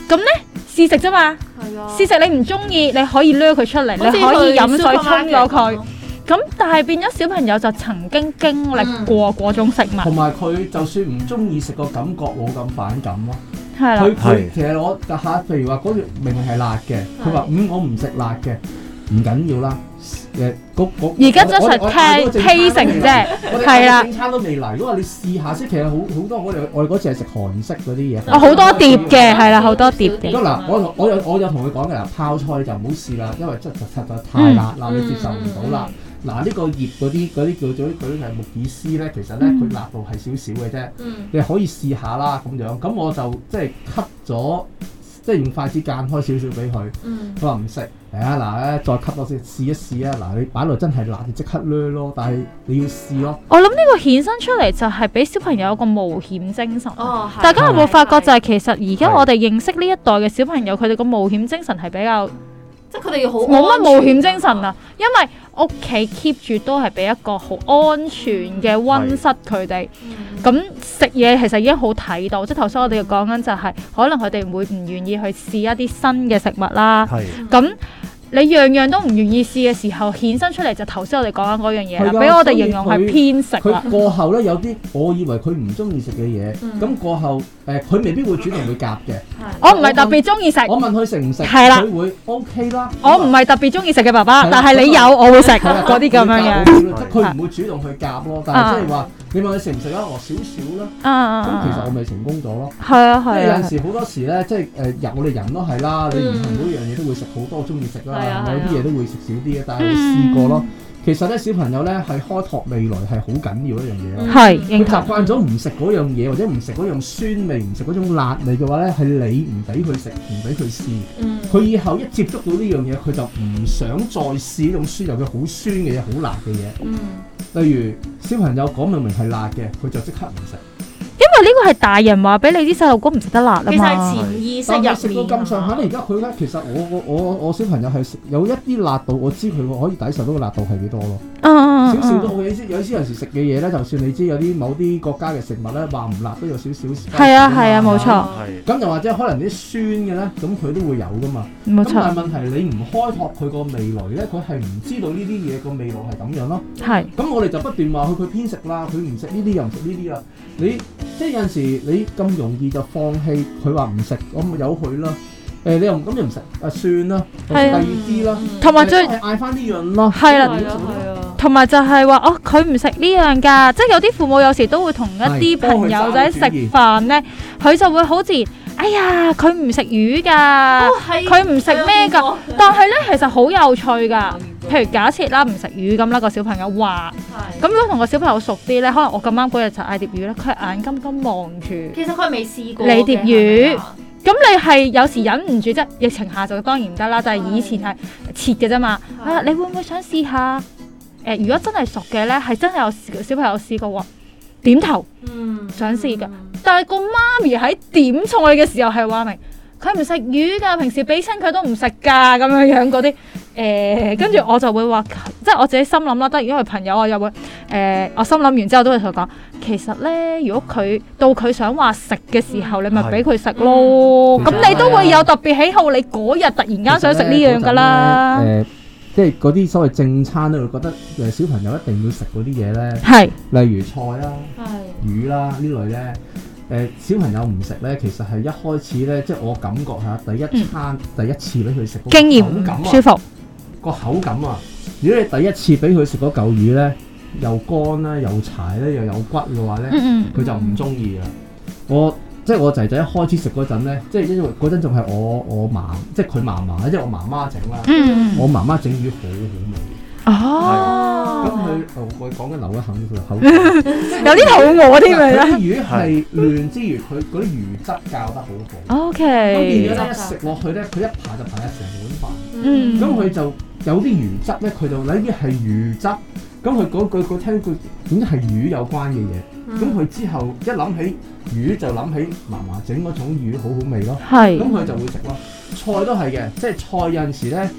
S2: 咁咧試食啫嘛，
S4: 係啊，
S2: 試食你唔中意，你可以掠佢出嚟，你可以飲水沖咗佢。。咁但係變咗小朋友就曾經經歷過嗰種食物
S3: 同，埋佢就算唔中意食個感覺冇咁反感咯。
S2: 係啦
S3: 佢，佢
S1: 係
S3: 其實我嚇，譬如話嗰條明明係辣嘅，佢話嗯我唔食辣嘅，唔緊要啦。誒嗰嗰
S2: 而家真
S3: 我哋我
S2: 係
S3: 我哋嗰個
S2: 聽
S3: 正
S2: 聽成
S3: 餐都未
S2: 啫，
S3: 我哋
S2: 係啦
S3: 正餐都未嚟，如果話你試下先，其實好好多我哋我哋嗰次係食韓式嗰啲嘢。
S2: 我哦好多碟嘅，係啦，好多碟嘅
S3: 咁，嗱，我同我有我有同佢講嘅嗱，泡菜就唔好試啦，因為真係實在太辣啦，
S4: 嗯
S3: 你接受唔到啦。嗱，呢個葉嗰啲嗰啲叫做嗰啲係木耳絲咧，其實咧
S2: 嗯
S3: 佢辣度係少少嘅啫，
S4: 嗯
S3: 你可以試下啦咁樣。咁我就即係 cut 咗，即係用筷子間開少少俾佢。
S4: 嗯
S3: 佢話唔食，嚟啊嗱咧，再 cut 多先試一試啊。嗱，你擺落真係辣，你即刻掠咯，但係你要試咯。
S2: 我諗呢個衍生出嚟就係俾小朋友一個冒險精神。
S4: 哦，
S2: 大家有冇發覺就係其實而家我哋認識呢一代嘅小朋友，佢哋個冒險精神係比較
S4: 即係佢哋要好
S2: 冇乜冒險精神啊，因為屋企 keep 住都係俾一個好安全嘅温室佢哋。
S4: 咁
S2: 咁食嘢其實已經好睇到，即係頭先我哋講緊就係、可能佢哋會唔願意去試一啲新嘅食物啦。
S1: 係
S2: 咁你樣樣都唔願意試嘅時候，衍生出嚟就頭先我哋講緊嗰樣嘢啦，
S3: 係㗎
S2: 俾我哋形容係偏食啊啦。
S3: 佢過後咧有啲，我以為佢唔中意食嘅嘢，
S4: 嗯
S3: 咁過後誒佢未必會主動去夾嘅。
S2: 我唔係特別中意食，
S3: 我問佢食唔食，
S2: 係啦
S3: 佢會 OK 啦。
S2: 我唔係特別中意食嘅爸爸
S3: 係，啦
S2: 但係你有我會食
S3: 係啊啦
S2: 嗰啲咁樣嘅。
S3: 佢會夾佢唔會主動去夾咯。但係即係話，你問佢食唔食啊？我少少啦。
S2: 啊啊
S3: 咁其實我
S2: 啊！
S3: 咪成功咗咯。
S2: 係啊
S3: 因為
S2: 係
S3: 有
S2: 啊
S3: 陣，時好多時咧，即係誒人我哋人都係啦，你唔係
S4: 嗯
S3: 每樣嘢都會食好多中意食啦
S4: 係啊，
S3: 有啲
S4: 係啊
S3: 嘢都會食少啲嘅，但係
S2: 嗯
S3: 我試過咯。其實咧，小朋友咧係開拓未來係好緊要一樣嘢咯。
S2: 係
S3: 佢
S2: 認
S3: 習
S2: 同。
S3: 慣咗唔食嗰樣嘢，或者唔食嗰樣酸味，唔食嗰種辣味嘅話咧，係你唔俾佢食，唔俾佢試。
S4: 嗯
S3: 佢以後一接觸到呢樣嘢，佢就唔想再試呢種酸，尤其好酸嘅嘢、好辣嘅嘢。
S4: 嗯
S3: 例如小朋友講明明係辣嘅，佢就即刻唔食。
S2: 因為呢個係大人話俾你啲細路哥唔食得辣啊
S4: 其實係
S2: 嘛。
S4: 潛意識入
S3: 但
S4: 面
S2: 啊
S3: 係食到咁上下，你而家佢咧，其實我我我我小朋友係食有一啲辣度，我知佢可以抵受到個辣度係幾多咯。
S2: 嗯嗯
S3: 少
S2: 嗯
S3: 少都
S2: 嗯。
S3: 好，有啲有啲有時食嘅嘢咧，就算你知有啲某啲國家嘅食物咧話唔辣都有少少。
S2: 係啊係啊冇錯
S1: 係
S3: 咁就或者可能啲酸嘅咧，咁佢都會有噶嘛。
S2: 冇
S3: 咁啊
S2: 錯，
S3: 但係問題你唔開拓佢個未來咧，佢係唔知道呢啲嘢個未來係咁樣咯。
S2: 係
S3: 咁我哋就不斷話佢佢偏食啦，佢唔食呢啲又唔食呢啲啦。你即係有陣時你咁容易就放棄，佢話唔食，咁咪由佢啦。誒、你又唔咁又唔食，啊算啦，我食
S2: 係啊
S3: 第二啲啦。
S2: 同埋最
S3: 誒都係嗌翻呢樣咯。
S2: 係啦。
S4: 係啊係啊，
S2: 同埋就係話哦，佢唔食呢樣㗎，即係有啲父母有時都會同一啲朋友仔食飯咧，佢就會好似哎呀，佢唔食魚㗎，
S4: 係
S2: 佢唔食咩㗎，但係咧其實好有趣㗎，譬如假設啦，唔食魚咁啦，個小朋友話，
S4: 係
S2: 咁如果同個小朋友熟啲咧，可能我咁啱嗰日就嗌碟魚咧，佢係眼金金望住，
S4: 其實佢係未試過
S2: 你碟魚
S4: 嘅係咪啊
S2: 咁你係有時忍唔住啫，疫情下就當然唔得啦，但係以前係切嘅啫嘛。
S4: 係
S2: 啊，你會唔會想試下？誒、如果真係熟嘅咧，係真係有小小朋友試過喎，點頭。
S4: 嗯
S2: 想試㗎
S4: 嗯
S2: 但係個媽咪喺點菜嘅時候係話明，佢唔食魚㗎，平時俾親佢都唔食㗎，咁樣樣嗰啲。誒、跟住我就會話，即係我自己心諗啦，得如果係朋友，我啊又會誒、我心諗完之後都會同佢講，其實咧，如果佢到佢想話食嘅時候，你咪俾佢食咯。
S3: 係啊
S2: 咁你都會有特別喜好，你嗰日突然間想食呢樣㗎啦。
S3: 誒，即係嗰啲所謂正餐咧，會覺得誒小朋友一定要食嗰啲嘢咧，
S2: 係
S3: 例如菜啦、
S4: 係
S3: 魚啦呢類咧。誒、小朋友唔食咧，其實係一開始咧，即係我感覺下第一餐、第一次俾佢食
S2: 嗯
S3: 嗰個
S2: 經驗
S3: 口
S2: 唔
S3: 感啊
S2: 舒服。
S3: 個口感啊！如果你第一次俾佢食嗰嚿魚咧，又乾啦、又柴咧、又有骨嘅話咧，
S2: 嗯
S3: 佢就唔中意啦。我即係我仔仔一開始食嗰陣咧，即係因為嗰陣仲係我我嫲，即係佢嫲嫲，即係我媽媽整啦。
S2: 嗯
S3: 我媽媽整魚好好味，咁
S2: 哦，
S3: 佢哦我講緊流一口水 口水。
S2: 有啲肚餓添
S3: 佢
S2: 啊
S3: 啲魚係嫩之餘，佢嗰啲魚質教得好好。
S2: ！O
S3: 咁變
S2: K，
S3: 咗咧，一食落去咧，佢一排就排咗成碗飯。
S4: Ừ.
S2: 嗯
S3: 咁佢就有啲魚汁咧，佢就呢啲係魚汁。咁佢嗰句佢聽佢點解係魚有關嘅嘢？
S4: Ừ. 嗯
S3: 咁佢之後一諗起魚就諗起嫲嫲整嗰種魚好好味咯。
S2: 係
S3: 咁佢就會食咯。菜都係嘅，即係菜有陣時咧，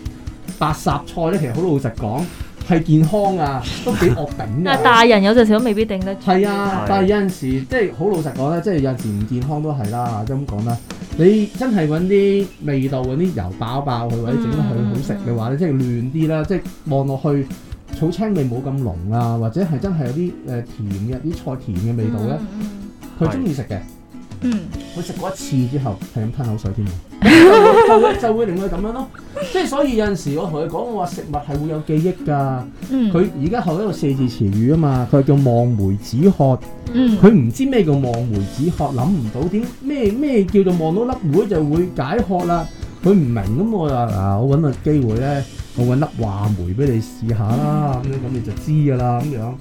S3: 白霎菜咧，其實好老實講係健康啊，都幾惡 頂
S4: 但係
S3: 㗎。
S4: 大人有陣時都未必定得住。
S3: 係啊
S1: 係，
S3: 但係有陣時即係好老實講咧，即係有陣時唔健康都係啦，即係咁講啦。你真係揾啲味道揾啲油爆爆佢，或者整得佢好食嘅話咧，即係嫩啲啦，即係望落去草青味冇咁濃啊，或者係真係有啲誒呃甜嘅啲菜甜
S4: Ừ.
S3: 嘅味道咧，
S4: 嗯
S3: 佢中意食嘅。
S2: 嗯
S3: 佢食過一次之後係咁吞口水添喎就會就會令佢咁樣咯。即係所以有陣時我同佢講，我話食物係會有記憶㗎。
S2: 嗯，
S3: 佢而家學一個四字詞語啊嘛，佢係叫望梅止渴。
S4: Ừ.
S2: 嗯
S3: 佢唔知咩叫望梅止渴，諗唔到點咩咩叫做望到粒梅就會解渴啦。佢唔明咁我就嗱，我揾個機會咧，我揾粒話梅俾你試下啦，咁樣咁你就知噶啦咁樣。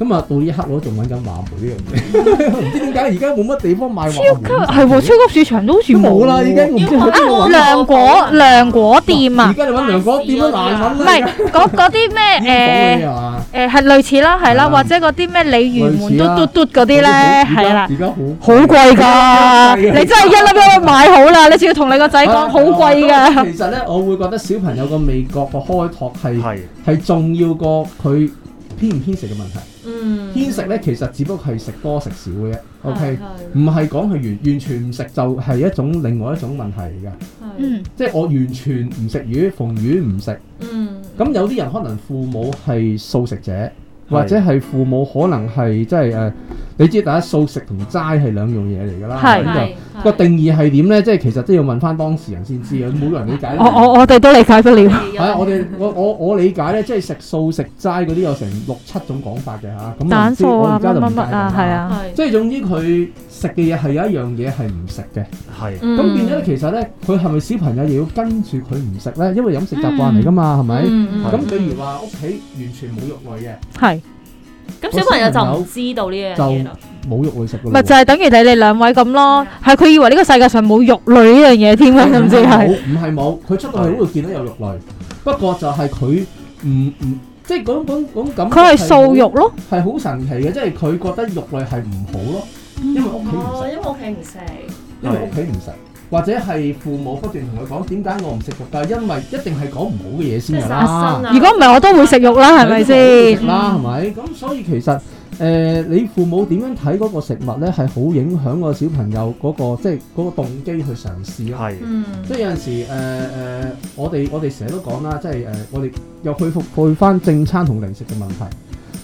S3: 咁啊，到呢一刻我仲揾緊話梅呢樣嘢， 唔知點解而家冇乜地方賣話梅。
S2: 係喎，超級市場都好似
S3: 都冇啦，已經我唔知去邊度
S2: 啊
S3: 揾。
S2: 涼果涼果店
S3: 而
S2: 啊，
S3: 家你揾涼果店都難
S2: 唔
S3: 揾啦。
S2: 係嗰嗰啲咩
S3: 誒嘛？
S2: 誒誒係類似啦，係啦，
S3: 係啦
S2: 或者嗰啲咩鯉魚門
S3: 類似啦
S2: 嘟嘟嘟嗰啲咧，係啦
S3: 而。家好
S2: 好貴㗎，你真係一粒一粒買好啦，你仲要同你個仔講好貴㗎。
S3: 啊其實咧，我會覺得小朋友個味覺個開拓係
S1: 係
S3: 係重要過佢偏唔偏食嘅問題。
S4: 嗯
S3: 偏食咧，其實只不過係食多食少
S2: 啊
S3: 嘅啫。
S4: 係
S3: OK，
S4: 係
S3: 唔係講佢完完全唔食就係一種另外一種問題嚟㗎。
S4: 係
S2: 嗯
S3: 即係我完全唔食魚，逢魚唔食。
S4: 嗯
S3: 咁有啲人可能父母係素食者，或者係父母可能係即係誒，你知大家素食同齋係兩樣嘢嚟㗎啦。
S2: 係
S3: 咁就
S4: 係
S3: 個
S4: 係
S3: 定義係點咧？即係其實都要問翻當事人先知嘅，每個人理解
S2: 我我我哋都理解不
S4: 係
S2: 了。
S3: 係啊！我哋我我我理解咧，即係食素食齋嗰啲有成六七種講法嘅嚇。咁我唔
S2: 蛋
S3: 知
S2: 素
S3: 我
S2: 啊，
S3: 而家
S2: 乜
S3: 就唔
S2: 乜
S3: 介
S2: 乜啊，
S3: 意
S2: 係
S3: 啦。
S2: 啊，
S4: 係
S3: 即係總之佢食嘅嘢係有一樣嘢係唔食嘅。
S1: 係
S4: 嗯
S3: 咁變咗咧，其實咧，佢係咪小朋友又要跟住佢唔食咧？因為飲食習慣嚟㗎嘛，係咪？
S4: 嗯嗯
S3: 咁
S4: 嗯
S3: 譬如話屋企完全冇肉類嘅，
S2: 係。
S4: 咁小朋友就唔知道呢樣嘢啦。
S3: 冇肉類食
S2: 咪
S3: 㗎咯
S2: 就係等於你哋兩位咁咯，係佢以為呢個世界上冇肉類呢樣嘢添啦，
S3: 唔
S2: 甚至
S3: 係
S2: 係
S3: 冇，唔係冇，佢出到去都會見到有肉類，不過就係佢唔唔，即係嗰種嗰種感覺
S2: 佢係
S3: 好
S2: 素肉咯，
S3: 係好神奇嘅，即係佢覺得肉類係唔好咯，因
S4: 嗯
S3: 為屋企唔食，因
S4: 因為屋企唔食。哦
S3: 為屋企唔食，或者係父母不斷同佢講點解我唔食肉㗎，因為一定係講唔好嘅嘢
S4: 即
S3: 先
S4: 係
S3: 㗎
S4: 殺生
S3: 啦，
S4: 啊！
S2: 如果唔係我都會食肉啦，係咪先？
S3: 食啦，係咪？咁所以其實誒、呃你父母點樣睇嗰個食物咧，係好影響個小朋友嗰、個即係嗰個動機去嘗試咯。
S1: 係
S4: 嗯
S3: 即係有陣時誒誒、我哋我哋成日都講啦，即係誒、我哋又去復去翻正餐同零食嘅問題。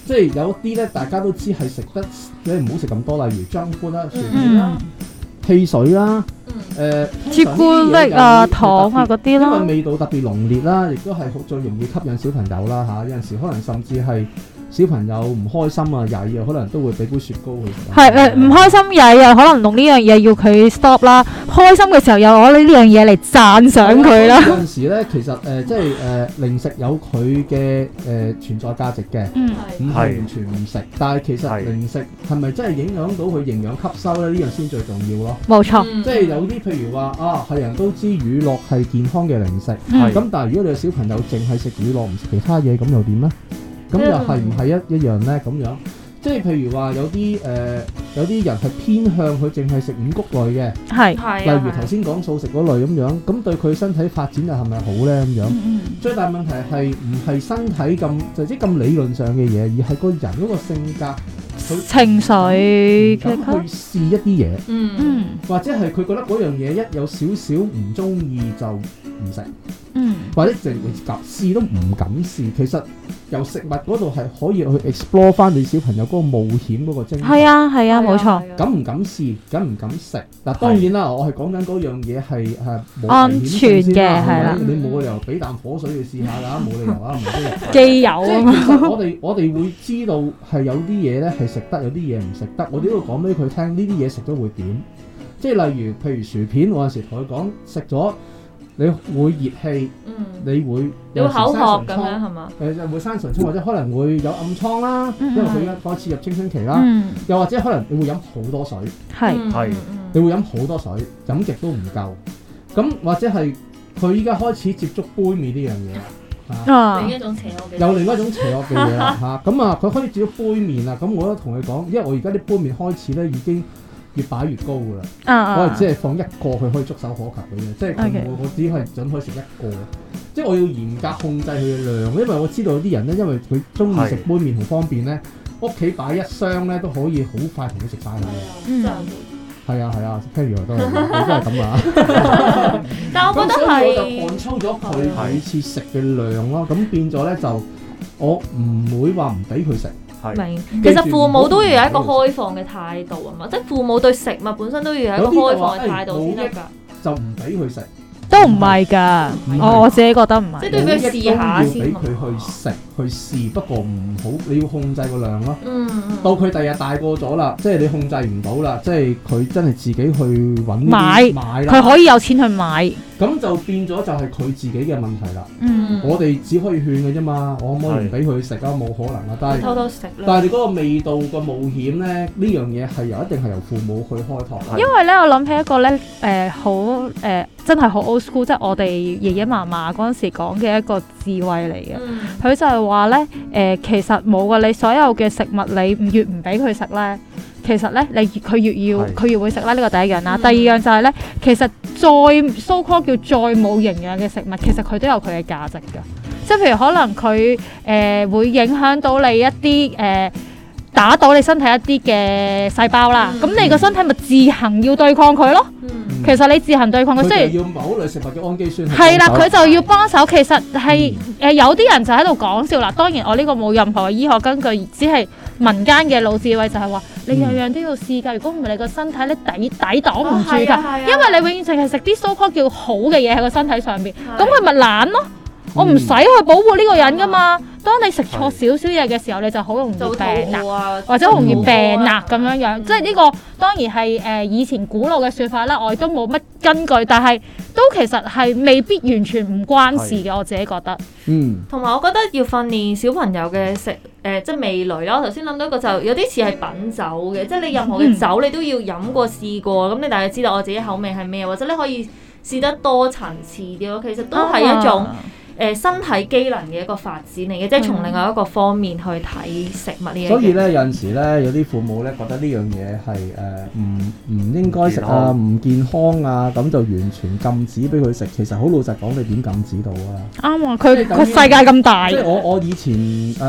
S3: 即係有啲咧，大家都知係食得，你唔好食咁多，例如漿寬啦、
S4: Ừ.
S3: 薯片啦
S2: 嗯、，
S3: 汽水啦、
S4: 嗯
S3: 誒
S2: 朱古力啊、糖啊，嗰啲
S3: 通常呢啲嘢就會特
S2: 咯，
S3: 別因為味道特別濃烈啦，亦都係好最容易吸引小朋友啦嚇。有陣時可能甚至係小朋友唔開心啊、曳啊，可能都會俾杯雪糕佢食啊。
S2: 係誒唔開心曳又可能用呢樣嘢要佢 stop 啦，開心嘅時候又攞呢樣嘢嚟讚賞佢啦。
S3: 有陣時咧，其實誒、呃即係誒、呃零食有佢嘅誒存在價值嘅，
S2: 嗯，
S3: 唔係
S1: 係
S3: 完全唔食。但係其實
S1: 係
S3: 零食係咪真係影響到佢營養吸收咧？呢樣先最重要咯。
S2: 冇錯，
S1: 嗯
S3: 即係有啲譬如話啊，係人都知乳酪係健康嘅零食，咁
S2: 嗯
S1: 係
S3: 但係如果你個小朋友淨係食乳酪唔食其他嘢，咁又點呢？咁又係唔係一一樣呢？咁樣即係譬如話有啲誒、呃有啲人係偏向佢淨係食五谷類嘅，
S2: 係，
S4: 係啊
S3: 例如頭先講素食嗰類咁樣，咁對佢身體發展又係咪好呢？咁樣？
S2: 嗯嗯
S3: 最大問題係唔係身體咁就即係咁理論上嘅嘢，而係個人嗰個性格
S2: 情緒
S3: 咁
S2: 嘅，
S3: 去試一啲嘢。
S4: 嗯
S2: 嗯
S3: 或者係佢覺得嗰樣嘢一有少少唔中意就唔食，
S2: 嗯，
S3: 或者淨係試都唔敢試。其實由食物嗰度係可以去 explore 翻你小朋友嗰個冒險嗰個精神。
S2: 係啊係啊，冇錯，
S4: 咁
S3: 敢唔敢試，敢唔敢食？嗱，當然啦，我係講緊嗰樣嘢係係冇
S2: 安全嘅係
S3: 係
S2: 啦
S3: 你冇理由俾啖火水去試下㗎，冇理由啊，唔知啊。
S2: 基友
S3: 即
S2: 啊
S3: 係
S2: 嘛，
S3: 其實我哋 我哋會知道係有啲嘢咧係食得，有啲嘢唔食得。我哋都會講俾佢聽，呢啲嘢食咗會點。即係例如，譬如薯片，我有時同佢講食咗，你會熱氣，
S4: 嗯，
S3: 你會
S4: 你會口渴咁樣
S3: 樣，
S4: 係嘛？
S3: 誒就會生唇瘡，或者可能會有暗瘡啦，
S2: 嗯
S3: 因為佢開始入青春期啦。
S2: 嗯
S3: 又或者可能你會飲好多水，
S4: Ừ.
S2: 係，
S1: 係
S3: 你會飲好多水，飲極都唔夠。咁或者係佢依家開始接觸杯麵呢樣嘢啦。啊
S2: 啊
S4: 一種邪惡嘅
S3: 有另外一種邪惡嘅嘢 啦嚇，咁啊佢開始煮咗杯麵啦，咁我都同佢講，因為我而家啲杯麵開始咧已經越擺越高噶啦，
S2: 啊
S3: 我
S2: 啊
S3: 係只係放一個佢可以觸手可及嘅啫，即係佢
S2: OK
S3: 我我只係準可以食一個，即係我要嚴格控制佢嘅量，因為我知道有啲人咧，因為佢中意食
S1: 係
S3: 杯麵好方便咧，屋企擺一箱咧都可以好快同佢食晒佢嘅，係啊係啊 c a r r 都係，你都係咁啊。
S4: 但 我
S3: 咁
S4: 覺得
S3: 所以我
S4: 係
S3: 就控操咗佢每次食嘅量咯，咁變咗咧就我唔會話唔俾佢食，
S1: 係
S4: 明，其實父母都要有一個開放嘅態度啊嘛，即係父母對食物本身都要有一個開放嘅態度先得㗎，
S3: 就唔俾佢食，
S2: 都唔係㗎，我我自己覺得唔
S4: 即係
S2: 係，
S4: 都要俾佢試下
S3: 每一
S4: 先
S3: 都要俾佢去食去試，不過唔好你要控制個量咯。
S4: 嗯，
S3: 到佢第日大個咗啦，即係你控制唔到啦，即係佢真係自己去揾呢啲
S2: 買
S3: 買
S2: 佢
S3: 啦，
S2: 可以有錢去買，
S3: 咁就變咗就係佢自己嘅問題啦。
S2: 嗯
S3: 我哋只可以勸嘅啫嘛，我可唔可以唔
S1: 係
S3: 俾佢食啊？冇可能啊，但係。
S4: 偷偷食
S3: 但係
S4: 啦，
S3: 你嗰個味道個冒險咧，呢樣嘢係由一定係由父母去開拓。
S1: 係
S2: 因為咧，我諗起一個咧，誒、好誒、真係好 old school，即係我哋爺爺嫲嫲嗰陣時講嘅一個智慧嚟嘅。
S4: 嗯，
S2: 佢就係話咧，誒、其實冇噶，你所有嘅食物你唔越唔俾佢食咧，其實咧你越佢越要
S1: 係
S2: 佢越會食啦。呢、個第一樣啦，
S4: 嗯
S2: 第二樣就係咧，其實再 so call 叫再冇營養嘅食物，其實佢都有佢嘅價值㗎。即係譬如可能佢誒、會影響到你一啲誒。打到你身體一啲嘅細胞啦，
S4: 嗯
S2: 咁、你個身體咪自行要對抗佢咯。
S4: 嗯，
S2: 其實你自行對抗佢，
S3: 佢
S2: 雖然
S3: 就要某類食物嘅氨基酸去幫手。
S2: 係啦，佢就要幫手。其實係誒、有啲人就喺度講笑啦。當然我呢個冇任何嘅醫學根據，只係民間嘅老智慧就係話，你樣樣都要試㗎。如果唔係，你個身體咧抵抵擋唔住
S4: 哦
S2: 㗎。
S4: 啊
S2: 因為你永遠淨係食啲 so called 叫好嘅嘢喺個身體上邊，咁佢咪懶咯。我唔使去保護呢個人㗎嘛。當你食錯少少嘢嘅時候，你就好容易
S4: 就會
S2: 病啦。
S4: 啊，
S2: 或者好容易病啦咁樣樣，
S4: 嗯
S2: 即係呢個當然係誒、呃以前古老嘅説法啦，我亦都冇乜根據，但係都其實係未必完全唔關事嘅，我自己覺得。
S3: 嗯，
S4: 同埋我覺得要訓練小朋友嘅食誒、呃即係味蕾啦。我頭先諗到一個就有啲似係品酒嘅，即係你任何
S2: 嗯
S4: 嘅酒你都要飲過試過，咁你大概知道我自己口味係咩，或者你可以試得多層次啲咯。其實都係一種誒、
S2: 啊
S4: 呃身體機能嘅一個發展嚟嘅，即係從另外一個方面去睇食物呢樣嘢。
S3: 所以咧有陣時咧，有啲父母咧覺得呢樣嘢係誒唔唔應該食啊，唔健康啊，咁就完全禁止俾佢食。其實好老實講，你點禁止到啊？
S2: 啱啊！
S3: 即
S2: 佢
S3: 係等於
S2: 個世界咁大
S3: 即，係我我以前誒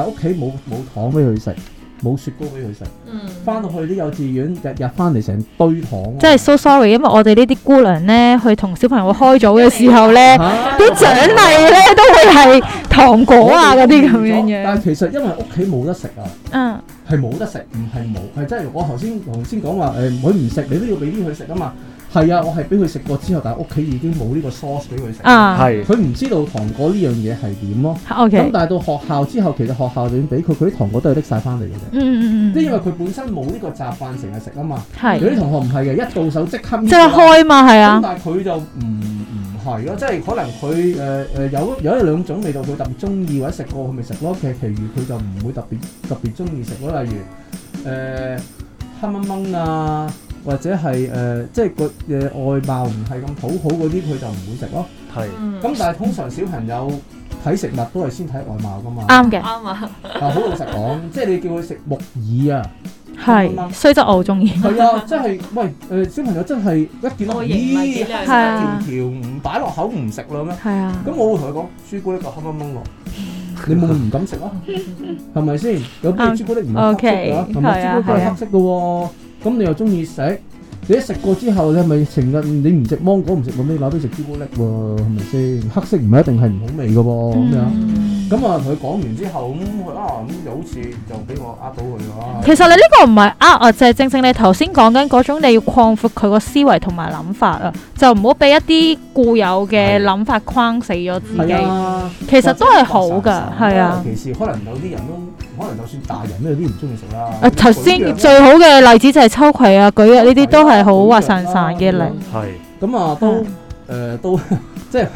S3: 屋企冇冇糖俾佢食，冇雪糕俾佢食，
S4: 嗯，
S3: 翻到去啲幼稚園日日翻嚟成堆糖啊。
S2: 真係 so sorry，因為我哋呢啲姑娘呢，去同小朋友開組嘅時候呢，
S3: 嚇
S2: 啲獎勵呢都會係糖果啊嗰啲咁樣
S3: 但係
S2: 樣。
S3: 其實因為屋企冇得食啊，
S2: 嗯，
S3: 係冇得食，唔係冇，係真係我頭先頭先講話誒，佢唔食你都要俾啲佢食啊嘛。係啊，我係俾佢食過之後，但係屋企已經冇呢個 sauce 俾佢食，
S2: 啊
S1: 係
S3: 佢唔知道糖果呢樣嘢係點咯。
S2: ，O
S3: 咁
S2: K，
S3: 但係到學校之後，其實學校就已經俾佢，佢啲糖果都係拎晒翻嚟嘅啫。
S2: 嗯嗯嗯
S3: 即係因為佢本身冇呢個習慣成日食啊嘛。
S2: 係
S3: 有啲同學唔係嘅，一到手即刻搣
S2: 即刻
S3: 㗎啦
S2: 開嘛，係
S3: 咁
S2: 啊，
S3: 但係佢就唔唔係咯，即係可能佢誒誒有有一兩種味道佢特別中意或者食過佢咪食咯，其實其餘佢就唔會特別特別中意食咯，例如誒黑掹掹啊，或者係誒、呃即係個誒外貌唔係咁討好嗰啲，佢就唔會食咯。
S1: 係
S4: 嗯
S3: 咁但係通常小朋友睇食物都係先睇外貌噶嘛，
S2: 啱嘅，
S4: 啱啊，
S3: 但好老實講，即係你叫佢食木耳啊，
S2: 係，雖則我中意，
S3: 係啊，真係喂誒、呃小朋友真係一見到
S4: 外形唔係
S3: 咦
S4: 幾靚
S3: 黑色
S2: 係啊
S3: 一條條唔擺落口唔食啦咩？
S2: 係啊，
S3: 咁我會同佢講，朱古力就黑掹掹喎，
S2: 嗯
S3: 你冇唔 敢食啊？係咪先？有
S2: 啱
S3: 啲朱古力唔係黑色㗎
S2: 哦，OK，
S3: 係
S2: 係啊
S3: 咪？朱古力
S2: 係
S3: 係
S2: 啊
S3: 黑色嘅喎，咁你又中意食？你一食過之後，你係咪成日你唔食芒果唔食咁你攞俾食朱古力喎？係咪先？黑色唔係一定係唔好味嘅喎，哦咁樣。
S2: 嗯
S3: 咁啊，同佢講完之後，咁佢啊咁就好似就俾我呃到佢 啦。
S2: 其實你呢個唔係呃啊，就係正正你頭先講緊嗰種，你要擴闊佢個思維同埋諗法啊，就唔好俾一啲固有嘅
S1: 係
S2: 諗法框死咗自
S3: 係
S2: 己。
S3: 啊，
S2: 其實都係好㗎，係啊。
S3: 尤其是可能有啲人都，可能就算大人都有啲唔中意食啦。
S2: 啊，頭
S3: 舉
S2: 先
S3: 樣
S2: 最好嘅例子就係秋葵啊、舉啊，呢啲都係好滑潺潺嘅
S4: 嗯
S2: 嚟。
S1: 係
S2: 嗯
S3: 咁啊，都誒、都 即係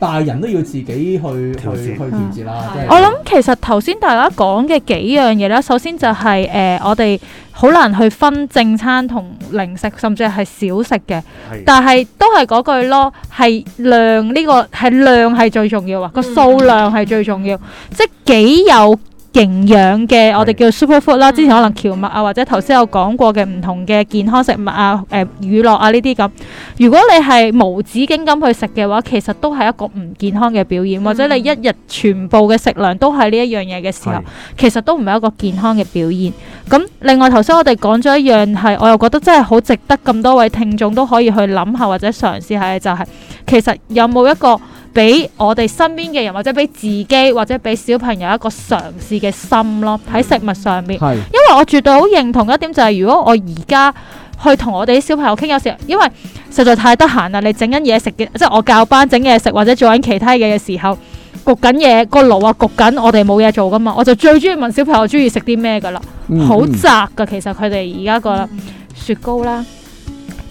S3: 大人都要自己去去
S1: 調節
S3: 去調節嗯啦。即係
S2: 我諗其實頭先大家講嘅幾樣嘢啦，首先就係、誒、我哋好難去分正餐同零食，甚至係小食嘅。
S1: 係
S2: 但係都係嗰句咯，係量呢、個係量係最重要啊，個
S4: 嗯
S2: 數量係最重要，即係幾有營養嘅，我哋
S1: 係
S2: 叫 superfood 啦。
S4: 嗯
S2: 之前可能蕎麥啊，或者頭先有講過嘅唔同嘅健康食物啊、誒、乳酪啊呢啲咁。如果你係無止境咁去食嘅話，其實都係一個唔健康嘅表
S4: 嗯
S2: 現，或者你一日全部嘅食量都係呢一樣嘢嘅時候
S1: 係。
S2: 其實都唔係一個健康嘅表現。咁另外頭先我哋講咗一樣係，我又覺得真係好值得咁多位聽眾都可以去諗下或者嘗試下嘅就係、其實有冇一個俾我哋身邊嘅人或者俾自己或者俾小朋友一個嘗試嘅心咯，喺食物上面。
S3: 係
S2: 因為我絕對好認同一點就係、如果我而家去同我哋啲小朋友傾，有時因為實在太得閒啦，你整緊嘢食嘅，即係我教班整嘢食或者做緊其他嘢嘅時候，焗緊嘢個爐啊焗緊，我哋冇嘢做噶嘛，我就最中意問小朋友中意食啲咩噶啦，
S3: 嗯
S2: 好窄噶，其實佢哋而家個雪糕啦、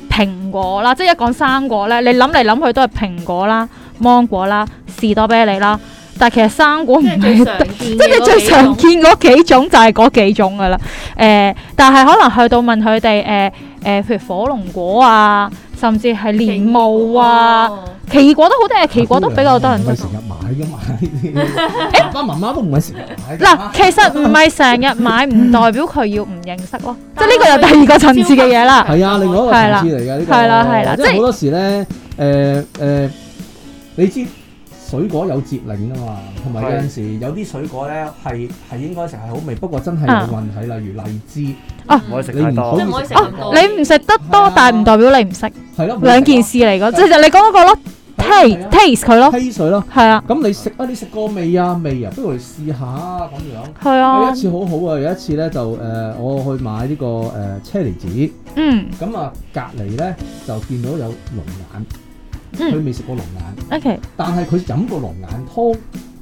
S2: 蘋果啦，即係一講生果咧，你諗嚟諗去都係蘋果啦、芒果啦、士多啤梨啦，但係其實生果唔
S4: 即
S2: 係
S4: 係
S2: 得
S4: 最常
S2: 即
S4: 見，
S2: 係你最常見嗰幾種就係嗰幾種噶啦。誒、但係可能去到問佢哋誒誒，譬如火龍果啊，甚至係蓮霧啊、
S4: 哦，
S2: 奇異果都好多，但係奇異果都比較多人
S3: 唔係
S2: 食。
S3: 成日買噶嘛呢 啲，爸爸媽媽都唔係成日買㗎。
S2: 嗱，其實唔係成日買，唔代表佢要唔認 識咯。即係呢個又第二個層次嘅嘢 啦。
S3: 係啊，另外一個
S2: 係啦
S3: 層次嚟嘅呢個，
S2: 係啦係啦
S3: 即
S2: 即係
S3: 係好多時咧，誒誒，你知水果有節令啊嘛，同埋有
S1: 係
S3: 陣時有啲水果咧係係應該食係好味，不過真係
S2: 啊
S3: 有問題，例如荔枝，
S4: 嗯
S2: 啊
S1: 唔可以食
S3: 你
S1: 太
S3: 唔
S1: 多
S3: 好
S4: 即係唔可以食
S3: 咁
S4: 咁
S3: 多
S4: 多。
S2: 你唔食得多，但係唔代表你唔食，
S3: 係咯，
S2: 兩件事嚟噶。即係就你講嗰個咯，taste taste 佢咯，
S3: 稀水咯。
S2: 係啊，
S3: 咁你食啊？你食過未啊？未啊？不如嚟試下啊咁樣。
S2: 係
S3: 有
S2: 啊
S3: 一，次好好啊！有一次咧就誒、呃我去買呢、個誒、呃車厘子，
S2: 嗯
S3: 咁啊隔離咧就見到有龍眼，
S2: 嗯
S3: 佢未食過龍眼，
S2: ，OK，
S3: 但係佢飲過龍眼湯，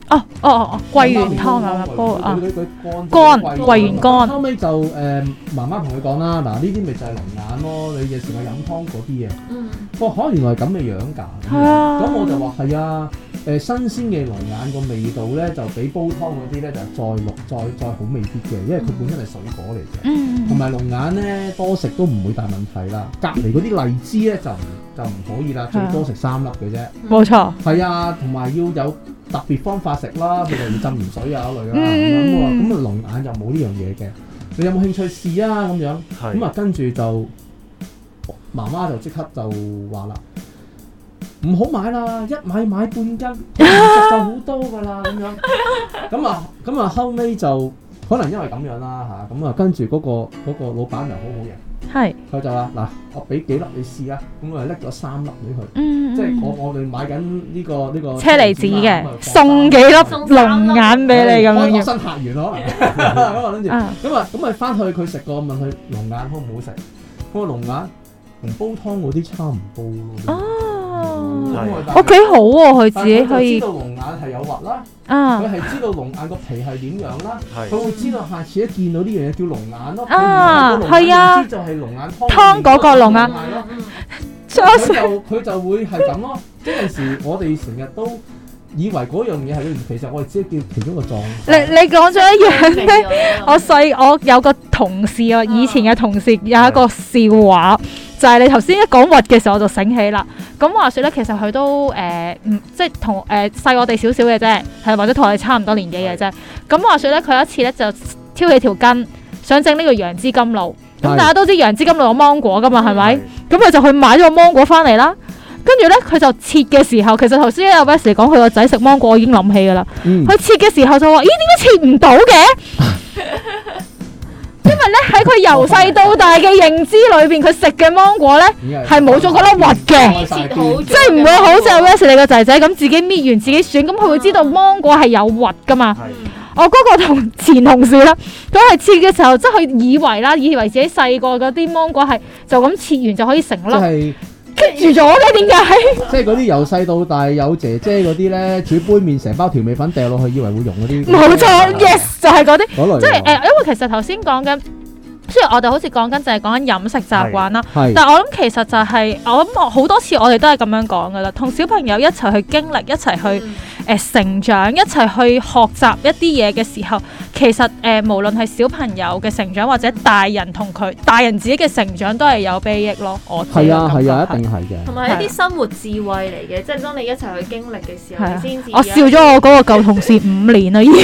S2: 哦哦哦，桂圓湯啊，煲啊。
S3: 佢佢佢乾
S2: 乾
S3: 咗
S2: 桂圓乾
S3: 後尾就誒、呃、媽媽同佢講啦，嗱呢啲咪就係龍眼咯，你日成日飲湯嗰啲嘢。
S4: 嗯
S3: 哇！嚇，哦原來係咁嘅樣㗎。咁樣
S2: 係啊
S3: 咁我就話係啊，誒、新鮮嘅龍眼個味道咧，就比煲湯嗰啲咧就再濃、再再好味啲嘅，因為佢本身係水果嚟嘅。
S2: 嗯
S3: 同埋龍眼咧多食都唔會大問題啦，隔離嗰啲荔枝咧就唔就唔可以啦，
S2: 係啊
S3: 最多食三粒嘅啫。
S2: 冇錯，
S3: 係啊，同埋要有特別方法食啦，譬如浸鹽水啊嗰類啦。
S2: 嗯
S3: 咁啊咁啊龍眼就冇呢樣嘢嘅，你有冇興趣試啊？咁樣。
S1: 係
S3: 咁啊，跟住就媽媽就即刻就話啦，唔好買啦，一買買半斤，唔食就好多噶啦咁樣。咁啊，咁啊，後尾就可能因為咁樣啦嚇，咁啊，跟住嗰個嗰個老闆娘好好人，
S2: 係，
S3: 佢就話嗱，我俾幾粒你試啊，咁啊拎咗三粒俾佢。
S2: 嗯，
S3: 即係我我哋買緊呢個呢個
S2: 車厘子
S3: 啦咁
S2: 嘅，
S3: 啊放
S2: 送幾粒
S3: 三
S2: 龍眼俾你咁
S3: 開拓
S2: 樣
S3: 新客源可 能咁啊，跟住
S2: 樣，啊，
S3: 咁啊，咁咪翻去佢食過，問佢龍眼好唔好食？嗰個龍眼同煲湯嗰啲差唔多咯。
S2: 哦，
S1: 係
S2: 我幾好喎，佢自己可
S3: 佢
S2: 以
S3: 知道龍眼係有核啦，
S2: 啊
S3: 佢係知道龍眼個皮係點樣啦，
S1: 係
S3: 佢會知道下次一見到呢樣嘢叫龍眼咯。
S2: 啊
S3: 佢唔係
S2: 係啊
S3: 龍眼就係龍眼湯
S2: 湯嗰個龍眼
S3: 咯
S4: 嗯
S3: 佢就佢就會係咁咯。即係有時我哋成日都以為嗰樣嘢係嗰樣，其實我哋只係叫其中一個狀
S2: 你
S3: 態。
S2: 你講咗一樣
S4: 嗯
S2: 咧，我細我有個同事啊，以前嘅同事有一個笑話，就係、你頭先一講核嘅時候，我就醒起啦。咁話說咧，其實佢都誒，呃唔、即係同誒細我哋少少嘅啫，係或者同我哋差唔多年紀嘅啫。咁話說咧，佢有一次咧就挑起條筋，想整呢個楊枝甘露。咁
S3: 係
S2: 大家都知楊枝甘露有芒果噶嘛，係咪？
S1: 係
S2: 咁佢就去買咗個芒果翻嚟啦。跟住咧，佢就切嘅時候，其實頭先阿 Wes 講佢個仔食芒果，我已經諗起㗎啦。
S3: 嗯
S2: 佢切嘅時候就話：咦，點解切唔到 嘅？因為咧喺佢由細到大嘅認知裏邊，佢食嘅芒果咧係冇咗嗰粒核嘅，
S3: 開晒邊
S4: 即
S2: 即係唔會好似阿 Wes 你個仔仔咁自己搣完自己選，咁佢會知道芒果係有核㗎嘛。
S1: 係
S4: 嗯
S2: 我嗰個同前同事啦，佢係切嘅時候，即係佢以為啦，以為自己細個嗰啲芒果係就咁切完就可以成
S3: 即
S2: 粒，
S3: 係
S2: 跟住咗嘅點 解？
S3: 即係嗰啲由細到大有姐姐嗰啲咧，煮杯麵成包調味粉掉落去，以為會溶嗰啲。
S2: 冇 錯，yes 就係嗰啲。
S3: 嗰類啊
S2: 即係誒、呃因為其實頭先講緊，雖然我哋好似講緊就係講緊飲食習慣啦，
S3: 係
S2: 但我諗其實就係、我諗我好多次我哋都係咁樣講噶啦，同小朋友一齊去經歷，一齊去誒、
S4: 嗯
S2: 呃成長，一齊去學習一啲嘢嘅時候，其實誒、呃、無論係小朋友嘅成長或者大人同佢大人自己嘅成長都係有裨益咯。我自己
S3: 係啊
S2: 嘅感覺
S3: 係啊，
S2: 係
S3: 一定係嘅。
S4: 同埋一啲生活智慧嚟嘅，即係當你一齊去經歷嘅時候，
S2: 係
S4: 你
S2: 啊
S4: 先至
S2: 我笑咗我嗰個舊同事五年啦，已經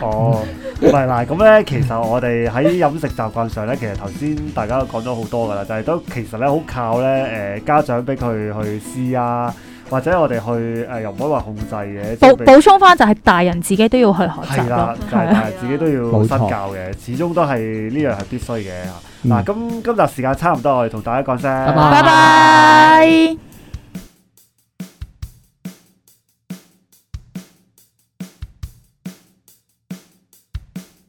S1: 哦，唔係嗱，咁咧其實我哋喺飲食習慣上咧，其實頭先大家都講咗好多噶啦，就係、都其實咧好靠咧誒、家長俾佢去試啊，或者我哋去誒、又唔可以話控制嘅，即係
S2: 補
S1: 俾
S2: 補充翻就係大人自己都要去學習
S1: 係
S2: 咯啊
S1: 啦，，就係但係自己都要
S3: 冇
S1: 身
S3: 錯
S1: 教嘅，始終都係呢樣係必須嘅嚇。
S3: 嗯
S1: 嗱，咁今集時間差唔多，我哋同大家講聲，
S3: 拜
S2: 拜
S3: 拜
S2: 拜。